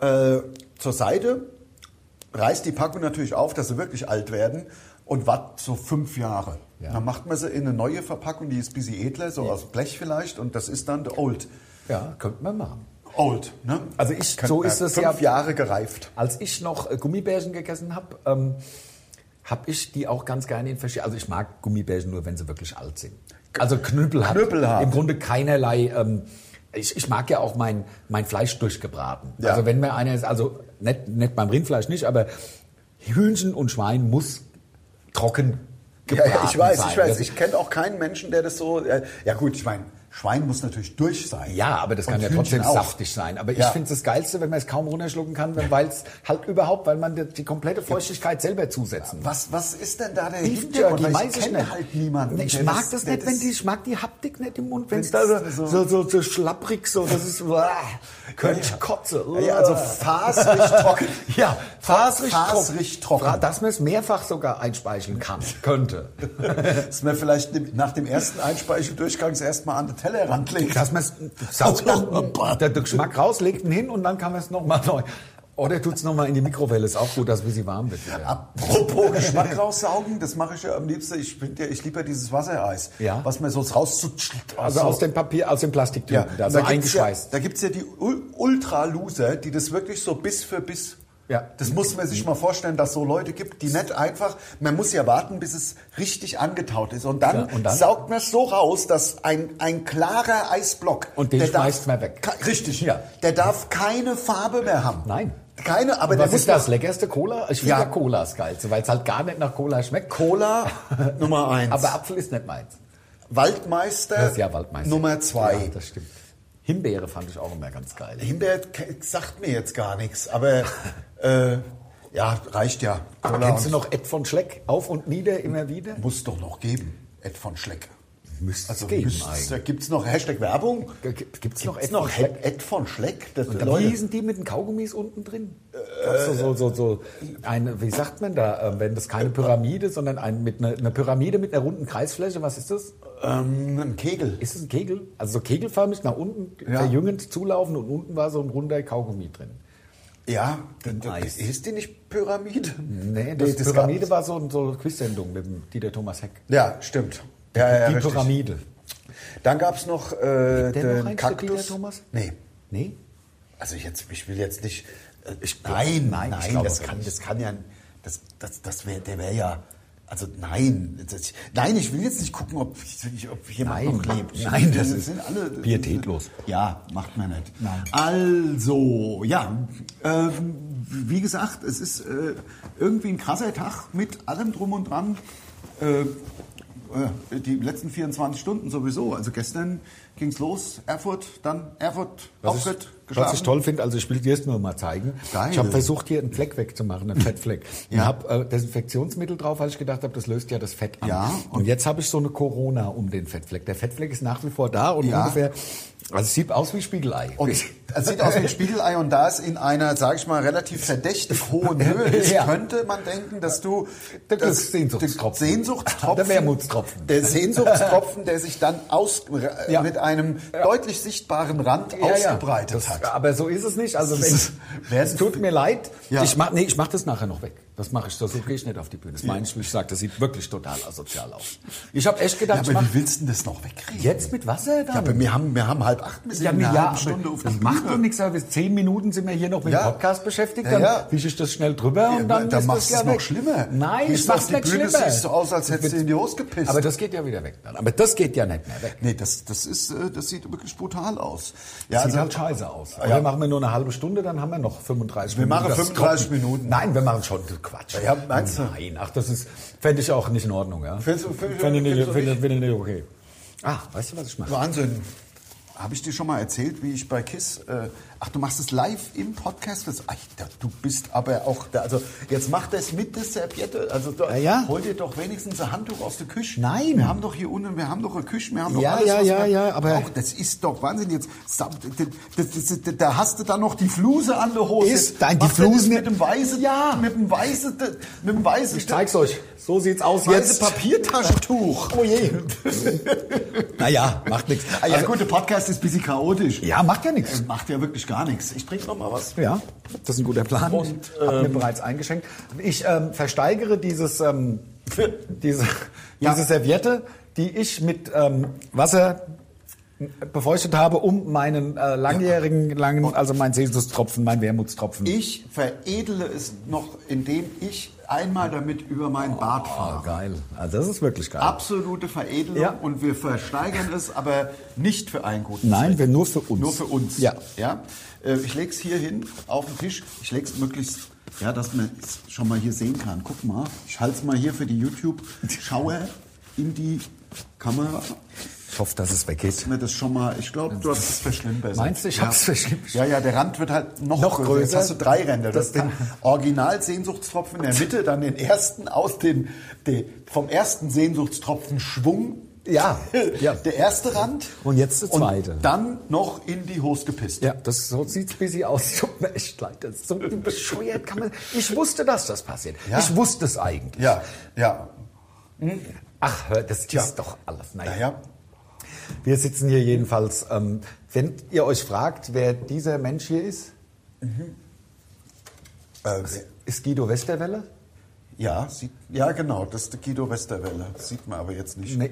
Speaker 3: äh, zur Seite, reißt die Packung natürlich auf, dass sie wirklich alt werden und wartet so fünf Jahre.
Speaker 4: Ja.
Speaker 3: Dann macht man sie in eine neue Verpackung, die ist ein bisschen edler, so aus Blech vielleicht, und das ist dann der Old.
Speaker 4: ja, könnte man machen.
Speaker 3: Old, ne?
Speaker 4: Also ich- so ist es
Speaker 3: fünf
Speaker 4: ja-
Speaker 3: Fünf Jahre gereift.
Speaker 4: Als ich noch äh, Gummibärchen gegessen habe, ähm, habe ich die auch ganz gerne in verschiedenen. Also ich mag Gummibärchen nur, wenn sie wirklich alt sind. Also Knüppel hat
Speaker 3: Knüppel hat.
Speaker 4: im Grunde keinerlei. Ähm, ich, ich mag ja auch mein, mein Fleisch durchgebraten.
Speaker 3: Ja.
Speaker 4: Also wenn mir einer ist, also nicht, nicht beim Rindfleisch nicht, aber Hühnchen und Schwein muss trocken
Speaker 3: Ja,
Speaker 4: gebraten
Speaker 3: ja, ich weiß,
Speaker 4: sein.
Speaker 3: ich weiß.
Speaker 4: Das-
Speaker 3: Ich kenne auch keinen Menschen, der das so. Äh, ja, gut, ich meine, Schwein muss natürlich durch sein.
Speaker 4: Ja, aber das kann
Speaker 3: Und
Speaker 4: ja
Speaker 3: Hühnchen
Speaker 4: trotzdem
Speaker 3: auch.
Speaker 4: saftig sein. Aber
Speaker 3: Ja.
Speaker 4: ich finde es das Geilste, wenn man es kaum runterschlucken kann, weil es halt überhaupt, weil man die, die komplette Feuchtigkeit selber zusetzen muss.
Speaker 3: Was, was ist denn da der
Speaker 4: Beef
Speaker 3: Hintergrund?
Speaker 4: Jerky,
Speaker 3: Weil
Speaker 4: Mhm. weiß
Speaker 3: ich kenne halt niemanden.
Speaker 4: Nee, Ich
Speaker 3: der
Speaker 4: mag das
Speaker 3: der
Speaker 4: nicht, wenn die, ich mag die Haptik nicht im Mund, wenn es da
Speaker 3: Wenn's
Speaker 4: so, so, so, so schlapprig so, das ist, uah, könnte ich kotze.
Speaker 3: Ja, ja, also fasrig trocken.
Speaker 4: Ja, fasrig,
Speaker 3: Fasrig trocken.
Speaker 4: Fra- Dass man es mehrfach sogar einspeicheln kann, könnte.
Speaker 3: Dass man vielleicht dem- nach dem ersten Einspeicheldurchgangs erstmal an den Tellerrand legt.
Speaker 4: Dass man
Speaker 3: Oh,
Speaker 4: es der, der Geschmack rauslegt ihn hin und dann kann man es nochmal neu. Oh, Oder tut es nochmal in die Mikrowelle, ist auch gut, dass es ein bisschen warm wird. wieder.
Speaker 3: Apropos Geschmack raussaugen, das mache ich ja am liebsten. Ich, bin ja, ich liebe ja dieses Wassereis,
Speaker 4: Ja.
Speaker 3: was man so rauszu...
Speaker 4: Also aus dem Papier, aus dem Plastiktüten,
Speaker 3: ja,
Speaker 4: ja,
Speaker 3: da
Speaker 4: also
Speaker 3: gibt's ja,
Speaker 4: eingeschweißt.
Speaker 3: da gibt's ja die Ul- Ultra-Loser, die das wirklich so bis für bis...
Speaker 4: Ja.
Speaker 3: Das muss man sich mal vorstellen, dass so Leute gibt, die nicht einfach... Man muss ja warten, bis es richtig angetaut ist. Und dann,
Speaker 4: Ja, und dann?
Speaker 3: saugt man es so raus, dass ein, ein klarer Eisblock...
Speaker 4: Und den
Speaker 3: der darf-
Speaker 4: schmeißt man weg.
Speaker 3: Ka- Richtig,
Speaker 4: Ja.
Speaker 3: Der darf keine Farbe mehr haben.
Speaker 4: Nein.
Speaker 3: Keine, aber
Speaker 4: Und was
Speaker 3: der
Speaker 4: ist das? Leckerste Cola? Ich finde
Speaker 3: Ja.
Speaker 4: ja. Cola das Geilste, weil es halt gar nicht nach Cola schmeckt.
Speaker 3: Cola Nummer eins.
Speaker 4: Aber Apfel ist nicht meins.
Speaker 3: Waldmeister,
Speaker 4: Das ist ja Waldmeister.
Speaker 3: Nummer zwei.
Speaker 4: Ja, das stimmt. Himbeere fand ich auch immer ganz geil.
Speaker 3: Himbeer ke- sagt mir jetzt gar nichts, aber äh, ja, reicht ja. Cola
Speaker 4: Kennst du
Speaker 3: und-
Speaker 4: noch Ed von Schleck? Auf und nieder, immer wieder?
Speaker 3: Muss doch noch geben, Ed von Schleck.
Speaker 4: Müsste
Speaker 3: Also
Speaker 4: es geben eigentlich.
Speaker 3: gibt es noch Hashtag Werbung?
Speaker 4: Gibt es noch
Speaker 3: Gibt's
Speaker 4: Ed von Schleck?
Speaker 3: Ed von Schleck? Das, äh,
Speaker 4: Und wie sind die mit den Kaugummis unten drin? so, so, so, so eine, wie sagt man da, äh, wenn das keine Pyramide, sondern ein, mit einer eine Pyramide mit einer runden Kreisfläche, was ist das?
Speaker 3: ähm, ein Kegel.
Speaker 4: Ist es ein Kegel? Also so kegelförmig nach unten
Speaker 3: Ja.
Speaker 4: verjüngend zulaufen und unten war so ein runder Kaugummi drin.
Speaker 3: Ja, dann- dann-
Speaker 4: Eis.
Speaker 3: ist die nicht Pyramide?
Speaker 4: Nee, das
Speaker 3: das
Speaker 4: Pyramide
Speaker 3: gab's.
Speaker 4: war so eine so eine Quiz-Sendung mit dem Dieter Thomas Heck.
Speaker 3: Ja, stimmt. Ja, ja,
Speaker 4: die
Speaker 3: richtig.
Speaker 4: Pyramide.
Speaker 3: Dann gab es noch äh,
Speaker 4: der noch
Speaker 3: den
Speaker 4: eins, der
Speaker 3: Kaktus.
Speaker 4: Dieter Thomas?
Speaker 3: Nee,
Speaker 4: Nee?
Speaker 3: also jetzt, ich will jetzt nicht. äh, Ich, nein, nein,
Speaker 4: ich
Speaker 3: nein,
Speaker 4: glaube
Speaker 3: das,
Speaker 4: auch
Speaker 3: kann, das kann ja. Das, das, das wäre, der wäre ja. Also nein, das, nein, ich will jetzt nicht gucken, ob, ich- ob jemand
Speaker 4: Nein,
Speaker 3: noch lebt.
Speaker 4: nein,
Speaker 3: Ich-
Speaker 4: das ist
Speaker 3: alle
Speaker 4: pietätlos.
Speaker 3: Ja, macht man nicht. Also, ja, ähm, wie gesagt, es ist äh, irgendwie ein krasser Tag mit allem drum und dran. Äh, äh, die letzten 24 Stunden sowieso. Also gestern ging es los, Erfurt, dann Erfurt,
Speaker 4: Was ich,
Speaker 3: Auftritt, geschlafen.
Speaker 4: was ich toll finde, also ich will dir es nur mal zeigen.
Speaker 3: Geil.
Speaker 4: Ich habe versucht, hier einen Fleck wegzumachen, einen Fettfleck.
Speaker 3: Ja.
Speaker 4: Ich habe äh, Desinfektionsmittel drauf, weil ich gedacht habe, das löst ja das Fett an.
Speaker 3: Ja,
Speaker 4: Und, jetzt habe ich so eine Corona um den Fettfleck. Der Fettfleck ist nach wie vor da und
Speaker 3: Ja.
Speaker 4: ungefähr, also es sieht aus wie Spiegelei.
Speaker 3: Und es sieht aus wie ein Spiegelei und da es in einer, sage ich mal, relativ verdächtig hohen Höhe ist,
Speaker 4: Ja.
Speaker 3: könnte man denken, dass du
Speaker 4: Der
Speaker 3: dass-
Speaker 4: Glückssehnsuchtstropfen.
Speaker 3: Sehnsuchtstropfen,
Speaker 4: Der Wermutstropfen.
Speaker 3: der Sehnsuchtstropfen, der sich dann aus äh,
Speaker 4: Ja.
Speaker 3: mit einem deutlich sichtbaren Rand ausgebreitet hat.
Speaker 4: Aber so ist es nicht. Also
Speaker 3: Das
Speaker 4: wenn,
Speaker 3: ist- wer-
Speaker 4: es tut mir leid.
Speaker 3: Ja.
Speaker 4: Ich mach, nee, ich mach das nachher noch weg. Das mache ich. So, so gehe ich nicht auf die Bühne. Das meine ich, wie ich sage, das sieht wirklich total asozial aus. Ich habe echt gedacht, ich
Speaker 3: aber
Speaker 4: mach
Speaker 3: wie willst du denn das noch wegkriegen?
Speaker 4: jetzt mit Wasser dann.
Speaker 3: Ja, aber wir haben, wir haben halb acht bis
Speaker 4: Ja,
Speaker 3: in einer
Speaker 4: ja,
Speaker 3: halben
Speaker 4: aber
Speaker 3: Stunde auf
Speaker 4: das
Speaker 3: die
Speaker 4: macht
Speaker 3: Bühne.
Speaker 4: doch nichts. aber Bis zehn Minuten sind wir hier noch mit
Speaker 3: Ja.
Speaker 4: dem Podcast beschäftigt.
Speaker 3: Ja,
Speaker 4: Dann
Speaker 3: ja.
Speaker 4: wische ich das schnell drüber
Speaker 3: Ja,
Speaker 4: und
Speaker 3: dann,
Speaker 4: dann
Speaker 3: dann
Speaker 4: ist
Speaker 3: machst
Speaker 4: das
Speaker 3: du es
Speaker 4: ja
Speaker 3: noch
Speaker 4: weg.
Speaker 3: schlimmer.
Speaker 4: Nein,
Speaker 3: Gehst
Speaker 4: ich
Speaker 3: du
Speaker 4: mach's
Speaker 3: auf die
Speaker 4: nicht
Speaker 3: Bühne,
Speaker 4: schlimmer.
Speaker 3: siehst du aus, als hättest du in die Hose gepisst.
Speaker 4: Aber das geht ja wieder weg. Dann. Aber das geht ja nicht mehr weg.
Speaker 3: nee, das, das, ist, äh, das sieht wirklich brutal aus. Ja, also,
Speaker 4: Sieht halt scheiße aus. Aber
Speaker 3: ja.
Speaker 4: machen wir nur eine halbe Stunde, dann haben wir noch 35
Speaker 3: Wir
Speaker 4: Minuten.
Speaker 3: machen
Speaker 4: Das
Speaker 3: 35
Speaker 4: trocken.
Speaker 3: Minuten.
Speaker 4: Nein, wir machen schon Quatsch.
Speaker 3: Ja, meinst du?
Speaker 4: Nein, ach, das ist, fände ich auch nicht in Ordnung. Ja?
Speaker 3: Findest du- findest du-
Speaker 4: Fände ich nicht-
Speaker 3: findest du
Speaker 4: fände- fände ich nicht okay. Ah, weißt du, was ich mache?
Speaker 3: Wahnsinn. Habe ich dir schon mal erzählt, wie ich bei Kiss. Äh, ach, du machst es live im Podcast? Das, ach, da, du bist aber auch. Da, also, jetzt mach das mit der Serviette. Also, da,
Speaker 4: Ja, ja.
Speaker 3: hol dir doch wenigstens ein Handtuch aus der Küche.
Speaker 4: Nein.
Speaker 3: Wir haben doch hier unten, wir haben doch eine Küche, wir haben doch
Speaker 4: Ja,
Speaker 3: alles,
Speaker 4: ja,
Speaker 3: was
Speaker 4: ja,
Speaker 3: wir
Speaker 4: ja, aber-
Speaker 3: brauchen. Das ist doch Wahnsinn. Jetzt, da, da, da, da hast du dann noch die Fluse an der Hose.
Speaker 4: Ist- nein, die
Speaker 3: Macht er das
Speaker 4: Flusen-
Speaker 3: Mit dem weißen.
Speaker 4: Ja.
Speaker 3: Mit dem weißen. Mit dem weißen.
Speaker 4: Ich zeig's euch. So sieht's aus
Speaker 3: Weiße
Speaker 4: jetzt.
Speaker 3: Papiertaschentuch.
Speaker 4: Oh je. naja, macht nichts.
Speaker 3: Ah, ja, gut, der Podcast ist ein bisschen chaotisch.
Speaker 4: Ja, macht ja nichts.
Speaker 3: Das macht ja wirklich gar nichts. Ich trinke noch mal was.
Speaker 4: Ja, das ist ein guter Plan.
Speaker 3: Und, ähm,
Speaker 4: Und hab mir bereits eingeschenkt. Ich ähm, versteigere dieses, ähm, diese,
Speaker 3: Ja.
Speaker 4: diese Serviette, die ich mit ähm, Wasser befeuchtet habe, um meinen äh, langjährigen, langen, also meinen Sesustropfen, meinen Wermutstropfen.
Speaker 3: Ich veredele es noch, indem ich einmal damit über meinen Bart fahre.
Speaker 4: geil. Also das ist wirklich geil.
Speaker 3: Absolute Veredelung
Speaker 4: Ja.
Speaker 3: und wir versteigern es, aber nicht für einen guten
Speaker 4: Nein,
Speaker 3: Zweck.
Speaker 4: wir nur für uns.
Speaker 3: Nur für uns.
Speaker 4: Ja.
Speaker 3: ja? Äh, Ich lege es hier hin auf den Tisch. Ich lege es möglichst, ja, dass man es schon mal hier sehen kann. Guck mal, ich halte es mal hier für die YouTube-Schauer in die Kamera.
Speaker 4: Ich hoffe, dass es weggeht.
Speaker 3: Mir das schon mal, ich glaube, du hast es verschlimmbessert.
Speaker 4: Meinst du, ich
Speaker 3: ja.
Speaker 4: hab's verschlimmbessert?
Speaker 3: Ja, ja, der Rand wird halt noch,
Speaker 4: Noch
Speaker 3: größer. Jetzt
Speaker 4: größer?
Speaker 3: hast du drei Ränder. Du
Speaker 4: Das
Speaker 3: hast den Original-Sehnsuchtstropfen in der Mitte, dann den ersten aus dem, de- vom ersten Sehnsuchtstropfen Schwung.
Speaker 4: Ja, ja.
Speaker 3: Der erste Rand.
Speaker 4: Und jetzt der zweite.
Speaker 3: Und dann noch in die Hose gepisst.
Speaker 4: Ja, das, so sieht's busy aus. Tut mir echt leid. Das ist so bescheuert kann man. Ich wusste, dass das passiert.
Speaker 3: Ja.
Speaker 4: Ich wusste es eigentlich.
Speaker 3: ja. ja.
Speaker 4: Ach, hör, das ist doch alles. Naja.
Speaker 3: Naja,
Speaker 4: Wir sitzen hier jedenfalls. Ähm, wenn ihr euch fragt, wer dieser Mensch hier ist,
Speaker 3: äh,
Speaker 4: ist Guido Westerwelle.
Speaker 3: ja, sieht, ja, genau, das ist der Guido Westerwelle. Sieht man aber jetzt nicht.
Speaker 4: Nee.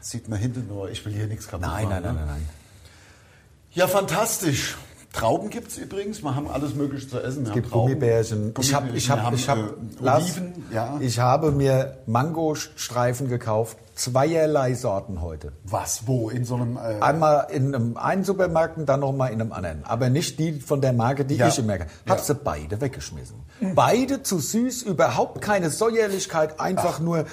Speaker 3: Sieht man hinten nur, ich will hier nichts kaputt machen. ne?
Speaker 4: nein.
Speaker 3: Ja, fantastisch. Trauben gibt es übrigens. Wir haben alles Mögliche zu essen. Wir
Speaker 4: Es gibt
Speaker 3: haben Trauben,
Speaker 4: Gummibärchen. Ich, hab, ich,
Speaker 3: wir
Speaker 4: hab,
Speaker 3: haben,
Speaker 4: ich, hab,
Speaker 3: äh,
Speaker 4: Lars,
Speaker 3: Oliven. Ja.
Speaker 4: ich habe mir Mangostreifen gekauft. Zweierlei Sorten heute.
Speaker 3: Was? Wo? In so einem. Äh,
Speaker 4: Einmal in einem einen Supermarkt und dann nochmal in einem anderen. Aber nicht die von der Marke, die
Speaker 3: Ja.
Speaker 4: ich immer merke. Hab
Speaker 3: Ja.
Speaker 4: sie beide weggeschmissen. Beide zu süß, überhaupt keine Säuerlichkeit, einfach nur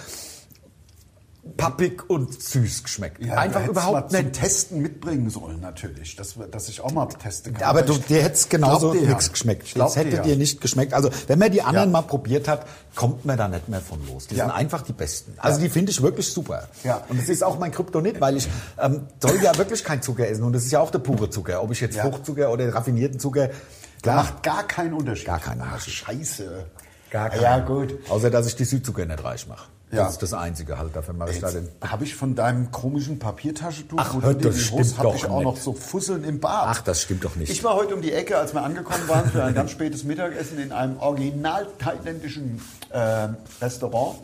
Speaker 4: pappig und süß geschmeckt.
Speaker 3: ja,
Speaker 4: einfach
Speaker 3: hätt's
Speaker 4: überhaupt
Speaker 3: mal
Speaker 4: nicht.
Speaker 3: Zum Testen mitbringen sollen, natürlich. Dass, wir- dass ich auch mal testen kann.
Speaker 4: Aber du,
Speaker 3: ich
Speaker 4: dir hätte es genauso
Speaker 3: glaub dir ja.
Speaker 4: nichts geschmeckt.
Speaker 3: Ich glaub
Speaker 4: Es hätte
Speaker 3: dir ja.
Speaker 4: dir nicht geschmeckt. Also wenn man die anderen
Speaker 3: Ja.
Speaker 4: mal probiert hat, kommt man da nicht mehr von los. Die
Speaker 3: Ja.
Speaker 4: sind einfach die besten. Also die finde ich wirklich super.
Speaker 3: Ja.
Speaker 4: Und es ist auch mein Kryptonit, weil ich ähm, soll ja wirklich kein Zucker essen. Und das ist ja auch der pure Zucker. Ob ich jetzt
Speaker 3: Ja.
Speaker 4: Fruchtzucker oder raffinierten Zucker, klar,
Speaker 3: Macht gar keinen Unterschied.
Speaker 4: Gar keinen Unterschied.
Speaker 3: Ach, scheiße.
Speaker 4: gar keinen.
Speaker 3: Ja, gut.
Speaker 4: Außer, dass ich die Südzucker nicht reich mache.
Speaker 3: Ja.
Speaker 4: Das ist das Einzige halt. Dafür mache ich da den...
Speaker 3: Habe ich von deinem komischen Papiertaschentuch,
Speaker 4: Ach,
Speaker 3: wo
Speaker 4: hör,
Speaker 3: du dir
Speaker 4: das
Speaker 3: die Hose-
Speaker 4: stimmt
Speaker 3: hab
Speaker 4: doch
Speaker 3: ich auch
Speaker 4: nicht.
Speaker 3: noch so Fusseln im Bart.
Speaker 4: Ach, das stimmt doch nicht.
Speaker 3: Ich war heute um die Ecke, als wir angekommen waren, für ein ganz spätes Mittagessen in einem original thailändischen äh, Restaurant.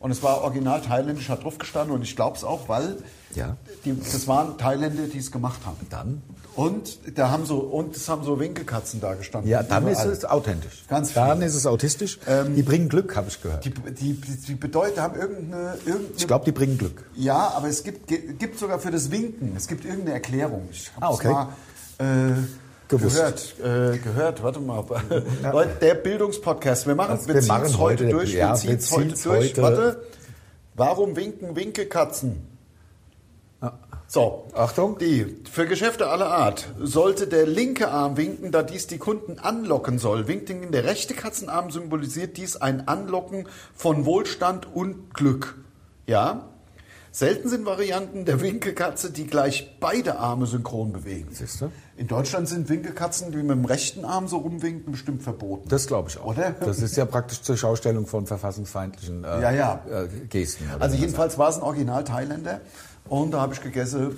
Speaker 3: Und es war original thailändisch, hat drauf gestanden und ich glaube es auch, weil
Speaker 4: Ja.
Speaker 3: die, das waren Thailänder, die es gemacht haben.
Speaker 4: Dann?
Speaker 3: Und da haben so und es haben so Winkelkatzen da gestanden.
Speaker 4: Ja, dann ist
Speaker 3: Überall.
Speaker 4: es authentisch.
Speaker 3: Ganz
Speaker 4: dann
Speaker 3: viel.
Speaker 4: ist es autistisch. die bringen Glück, habe ich gehört.
Speaker 3: Die, die, die, die bedeuten, haben irgendeine, irgendeine
Speaker 4: Ich glaube, die bringen Glück.
Speaker 3: Ja, aber es gibt, ge- gibt sogar für das Winken, es gibt irgendeine Erklärung. Ich habe
Speaker 4: Ah, okay.
Speaker 3: mal äh,
Speaker 4: Gewusst.
Speaker 3: gehört. Äh, gehört, warte mal. Leute, der Bildungspodcast, wir machen
Speaker 4: Also,
Speaker 3: wir
Speaker 4: wir
Speaker 3: ziehen's
Speaker 4: machen
Speaker 3: heute
Speaker 4: heute-
Speaker 3: durch,
Speaker 4: ja,
Speaker 3: wir
Speaker 4: wir
Speaker 3: ziehen's heute
Speaker 4: ziehen's
Speaker 3: durch.
Speaker 4: heute-
Speaker 3: Warte, warum winken Winkekatzen? So,
Speaker 4: Achtung.
Speaker 3: Die E. für Geschäfte aller Art sollte der linke Arm winken, da dies die Kunden anlocken soll. Winkt hingegen der rechte Katzenarm symbolisiert dies ein Anlocken von Wohlstand und Glück. Ja? Selten sind Varianten der Winkekatze, die gleich beide Arme synchron bewegen.
Speaker 4: Siehst du?
Speaker 3: In Deutschland sind Winkekatzen, die mit dem rechten Arm so rumwinken, bestimmt verboten.
Speaker 4: Das glaube ich auch.
Speaker 3: Oder?
Speaker 4: Das ist ja praktisch zur Schaustellung von verfassungsfeindlichen äh,
Speaker 3: Ja, ja.
Speaker 4: Äh, Gesten. oder
Speaker 3: Also
Speaker 4: so.
Speaker 3: jedenfalls war es ein Original Thailänder und da habe ich gegessen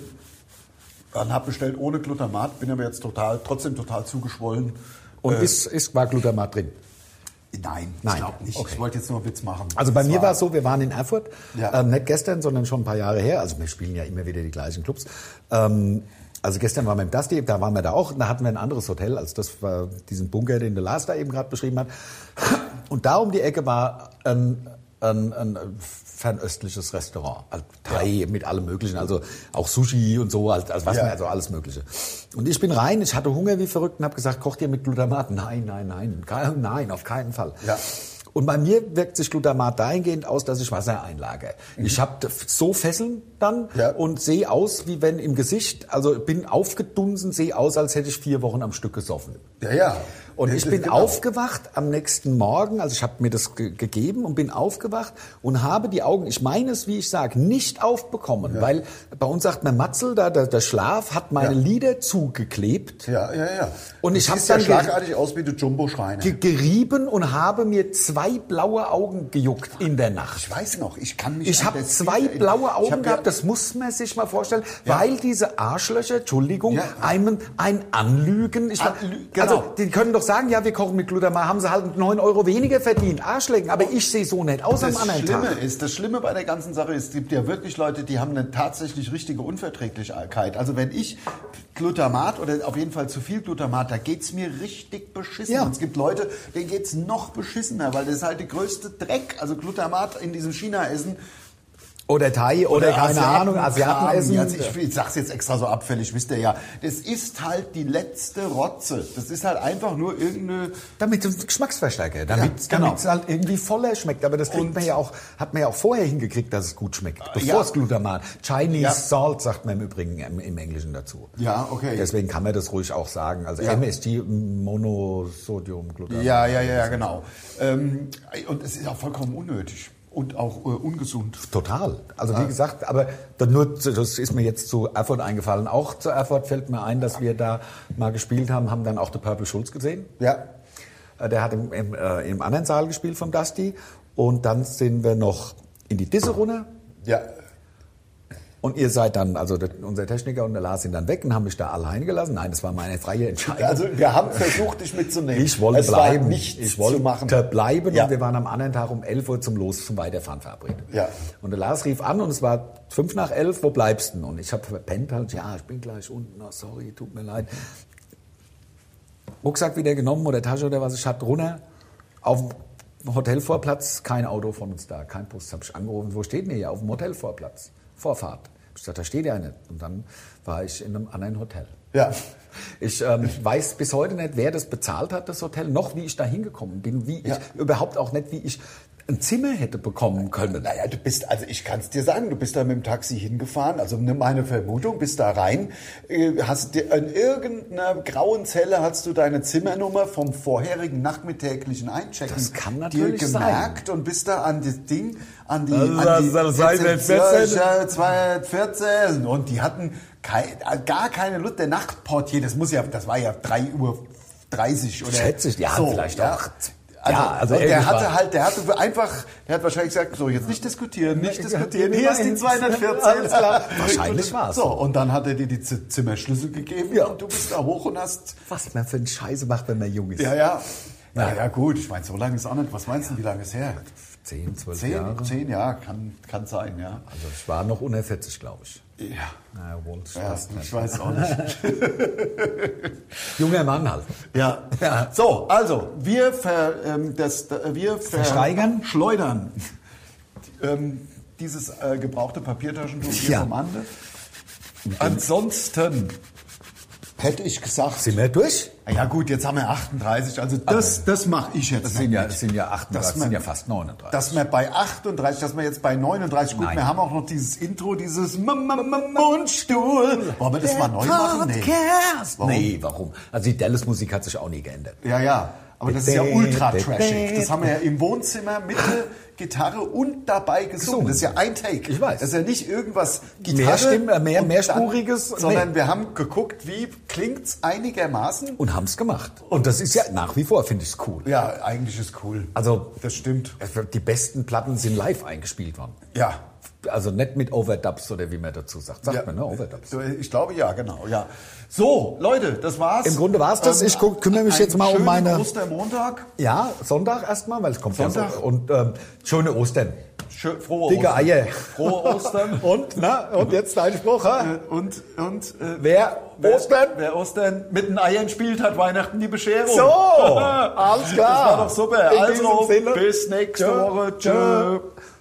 Speaker 3: Dann habe bestellt ohne Glutamat, bin aber jetzt total, trotzdem total zugeschwollen.
Speaker 4: Und ist, ist war Glutamat drin?
Speaker 3: Nein,
Speaker 4: Nein.
Speaker 3: ich glaube nicht.
Speaker 4: Okay.
Speaker 3: Ich wollte jetzt nur einen Witz machen.
Speaker 4: Also bei
Speaker 3: Es
Speaker 4: mir war es so, wir waren in Erfurt,
Speaker 3: Ja.
Speaker 4: ähm, nicht gestern, sondern schon ein paar Jahre her. Also wir spielen ja immer wieder die gleichen Clubs. Ähm, also gestern waren wir im Dusty, da waren wir da auch, da hatten wir ein anderes Hotel als das war diesen Bunker, den der Lars da eben gerade beschrieben hat. Und da um die Ecke war ein, ein, ein fernöstliches Restaurant, also Thai mit allem Möglichen, also auch Sushi und so, also also was
Speaker 3: Ja.
Speaker 4: man also alles Mögliche. Und ich bin rein, ich hatte Hunger wie verrückt und habe gesagt, kocht ihr mit Glutamat? Nein, nein, nein, kein, nein, auf keinen Fall.
Speaker 3: Ja.
Speaker 4: Und bei mir wirkt sich Glutamat dahingehend aus, dass ich Wasser einlagere. Ich habe so Fesseln dann
Speaker 3: Mhm. Ja.
Speaker 4: und sehe aus, wie wenn im Gesicht, also bin aufgedunsen, sehe aus, als hätte ich vier Wochen am Stück gesoffen.
Speaker 3: Ja, ja.
Speaker 4: Und ich bin
Speaker 3: Genau.
Speaker 4: aufgewacht am nächsten Morgen, also ich habe mir das ge gegeben und bin aufgewacht und habe die Augen, ich meine es, wie ich sage, nicht aufbekommen, weil bei uns sagt man Matzel, da, da, der Schlaf hat meine
Speaker 3: Ja.
Speaker 4: Lider zugeklebt.
Speaker 3: Ja, ja, ja.
Speaker 4: Und
Speaker 3: Du
Speaker 4: ich hab
Speaker 3: siehst ja
Speaker 4: dann ge-
Speaker 3: schlagartig aus wie du Jumbo-Schreiner.
Speaker 4: ge- Gerieben und habe mir zwei blaue Augen gejuckt in der Nacht.
Speaker 3: Ich weiß noch, ich kann mich
Speaker 4: Ich
Speaker 3: an
Speaker 4: habe
Speaker 3: das
Speaker 4: zwei
Speaker 3: Bild erinnern.
Speaker 4: blaue
Speaker 3: Ich
Speaker 4: Augen
Speaker 3: hab ja-
Speaker 4: gehabt, das muss man sich mal vorstellen,
Speaker 3: Ja.
Speaker 4: weil diese Arschlöcher, Entschuldigung,
Speaker 3: Ja.
Speaker 4: einem ein Anlügen. Ich,
Speaker 3: Anlü-
Speaker 4: Also,
Speaker 3: genau.
Speaker 4: die können doch sagen, ja, wir kochen mit Glutamat, haben sie halt 9 Euro weniger verdient, Arschlecken, aber ich sehe so nicht aus am
Speaker 3: das
Speaker 4: anderen
Speaker 3: Schlimme
Speaker 4: Tag.
Speaker 3: ist, das Schlimme bei der ganzen Sache ist, es gibt ja wirklich Leute, die haben eine tatsächlich richtige Unverträglichkeit. Also wenn ich Glutamat oder auf jeden Fall zu viel Glutamat, da geht's mir richtig beschissen.
Speaker 4: Ja.
Speaker 3: Und es gibt Leute, denen geht's noch beschissener, weil das ist halt der größte Dreck. Also Glutamat in diesem China-Essen.
Speaker 4: Oder Thai oder, keine
Speaker 3: Asiaten-
Speaker 4: Ahnung, Asiaten
Speaker 3: Kram.
Speaker 4: essen.
Speaker 3: Ja, also ich, ich sag's jetzt extra so abfällig, wisst ihr ja. Das ist halt die letzte Rotze. Das ist halt einfach nur irgendeine...
Speaker 4: damit es Geschmacksverstärker, damit
Speaker 3: Ja, genau.
Speaker 4: es halt irgendwie voller schmeckt. Aber das kriegt man ja auch, hat man ja auch vorher hingekriegt, dass es gut schmeckt, bevor
Speaker 3: ja.
Speaker 4: es Glutamat. Chinese
Speaker 3: Ja.
Speaker 4: Salt sagt man im Übrigen im, im Englischen dazu.
Speaker 3: Ja, okay.
Speaker 4: Deswegen kann man das ruhig auch sagen. Also
Speaker 3: Ja.
Speaker 4: MSG, Monosodiumglutamat.
Speaker 3: Ja, ja, ja, ja, genau. Ähm, und es ist auch vollkommen unnötig und auch äh, ungesund.
Speaker 4: Total. Also wie gesagt, aber dann nur, zu- das ist mir jetzt zu Erfurt eingefallen. Auch zu Erfurt fällt mir ein, dass wir da mal gespielt haben, haben dann auch den Purple Schulz gesehen.
Speaker 3: Ja.
Speaker 4: Äh, Der hat im, im, äh, im anderen Saal gespielt vom Dusty. Und dann sind wir noch in die Disse runter.
Speaker 3: Ja.
Speaker 4: Und ihr seid dann, also der, unser Techniker und der Lars sind dann weg und haben mich da allein gelassen. Nein, das war meine freie Entscheidung.
Speaker 3: Also wir haben versucht, dich mitzunehmen.
Speaker 4: ich wollte
Speaker 3: es
Speaker 4: bleiben.
Speaker 3: War nichts
Speaker 4: ich wollte
Speaker 3: zu machen.
Speaker 4: bleiben
Speaker 3: Ja.
Speaker 4: und wir waren am anderen Tag um 11 Uhr zum Los zum Weiterfahren verabredet.
Speaker 3: Ja.
Speaker 4: Und der Lars rief an und es war fünf nach elf, wo bleibst du? Und ich habe verpennt halt, ja, ich bin gleich unten, oh, sorry, tut mir leid. Rucksack wieder genommen oder Tasche oder was, ich hatte runter auf dem Hotelvorplatz, kein Auto von uns da, kein Bus. Habe ich angerufen, wo steht denn ihr? Auf dem Hotelvorplatz, Vorfahrt. Hab Ich gesagt, da steht ja nicht. Und dann war ich in einem anderen Hotel.
Speaker 3: Ja.
Speaker 4: Ich ähm, weiß bis heute nicht, wer das bezahlt hat, das Hotel, noch wie ich da hingekommen bin, wie
Speaker 3: Ja.
Speaker 4: ich überhaupt auch nicht, wie ich ein Zimmer hätte bekommen können.
Speaker 3: Naja, du bist, also ich kann es dir sagen, du bist da mit dem Taxi hingefahren, also nimm meine Vermutung, bist da rein, äh, hast dir, in irgendeiner grauen Zelle hast du deine Zimmernummer vom vorherigen nachmittäglichen Einchecken
Speaker 4: Das kann
Speaker 3: dir
Speaker 4: natürlich sein.
Speaker 3: gemerkt und bist da an das Ding, an die,
Speaker 4: Also,
Speaker 3: an die
Speaker 4: das war
Speaker 3: 214.
Speaker 4: 214.
Speaker 3: 214 und die hatten kei, gar keine Lust, der Nachtportier, das muss ja, das war ja 3 Uhr 30 oder
Speaker 4: Schätze ich, die haben vielleicht auch-
Speaker 3: Also,
Speaker 4: Ja, also
Speaker 3: und der
Speaker 4: irgendwas
Speaker 3: hatte
Speaker 4: war-
Speaker 3: halt, der hatte einfach, der hat wahrscheinlich gesagt, so jetzt nicht diskutieren, nicht diskutieren. Hier ist die 214.
Speaker 4: Alles klar. Wahrscheinlich war's.
Speaker 3: So, und dann hat er dir die Z Zimmerschlüssel gegeben
Speaker 4: Ja.
Speaker 3: und du bist da hoch und hast,
Speaker 4: Was man für einen Scheiße macht, wenn man jung ist.
Speaker 3: ja, ja. Ja, ja, gut, ich meine, so lange ist auch nicht. Was meinst du, wie lange ist her?
Speaker 4: Zehn, zwölf
Speaker 3: Zehn,
Speaker 4: Jahre.
Speaker 3: zehn Jahre, kann, kann sein, ja.
Speaker 4: Also ich war noch unter 40, glaube ich.
Speaker 3: Ja,
Speaker 4: Na, wohl, ich
Speaker 3: ja
Speaker 4: weiß
Speaker 3: ich
Speaker 4: nicht.
Speaker 3: weiß auch nicht.
Speaker 4: Junger Mann halt.
Speaker 3: Ja. So, also, wir, ver, ähm, das, äh, wir ver
Speaker 4: Versteigern?
Speaker 3: schleudern ähm, dieses äh, gebrauchte Papiertaschentuch hier
Speaker 4: Ja.
Speaker 3: vom Ande. Ansonsten hätte ich gesagt,
Speaker 4: Sind wir durch?
Speaker 3: na ja gut, jetzt haben wir 38, also das, das mache ich jetzt.
Speaker 4: Das sind
Speaker 3: noch
Speaker 4: ja,
Speaker 3: mit.
Speaker 4: das sind ja 38,
Speaker 3: Dass
Speaker 4: das sind
Speaker 3: man-
Speaker 4: ja fast 39.
Speaker 3: Dass wir bei 38, dass wir jetzt bei 39, gut,
Speaker 4: Nein.
Speaker 3: wir haben auch noch dieses Intro, dieses M- M- M- Mundstuhl. Wollen wir das mal neu machen? Nee.
Speaker 4: Podcast. Nee, warum? Also die Dallas-Musik hat sich auch nie geändert.
Speaker 3: Ja, ja. Aber das ist ja ultra trashig. Das haben wir ja im Wohnzimmer, Mitte, Gitarre und dabei gesungen. Das ist ja ein Take.
Speaker 4: Ich weiß.
Speaker 3: Das ist ja nicht irgendwas Gitarre.
Speaker 4: Mehr Stimmen, äh, mehr-
Speaker 3: und
Speaker 4: mehrspuriges,
Speaker 3: Dann, sondern
Speaker 4: nee.
Speaker 3: wir haben geguckt, wie klingt's einigermaßen.
Speaker 4: Und haben's gemacht. Und das ist ja nach wie vor, finde ich's cool.
Speaker 3: Ja, eigentlich ist cool.
Speaker 4: Also,
Speaker 3: Das stimmt.
Speaker 4: die besten Platten sind live eingespielt worden.
Speaker 3: Ja.
Speaker 4: Also nicht mit Overdubs oder wie man dazu sagt. Sagt man, ne? Overdubs.
Speaker 3: Ich glaube ja, genau, ja. So, Leute, das war's. Ähm,
Speaker 4: Im Grunde war's das. Ich guck- kümmere mich
Speaker 3: einen
Speaker 4: jetzt mal um
Speaker 3: schönen
Speaker 4: meine-
Speaker 3: Ostermontag.
Speaker 4: Ja, Sonntag erstmal, weil es kommt
Speaker 3: Sonntag.
Speaker 4: Ja so. Und ähm, schöne Ostern.
Speaker 3: Schö frohe
Speaker 4: Dicke
Speaker 3: Ostern.
Speaker 4: Eier.
Speaker 3: Frohe Ostern.
Speaker 4: Und, na, und jetzt dein Spruch, ha?
Speaker 3: Und, und äh,
Speaker 4: Wer Ostern?
Speaker 3: Wer Ostern mit den Eiern spielt, hat Weihnachten die Bescherung.
Speaker 4: So, alles
Speaker 3: Das
Speaker 4: klar.
Speaker 3: war doch super.
Speaker 4: In diesem
Speaker 3: also,
Speaker 4: Sinne.
Speaker 3: bis nächste
Speaker 4: Tschö.
Speaker 3: Woche. Tschö.
Speaker 4: Tschö.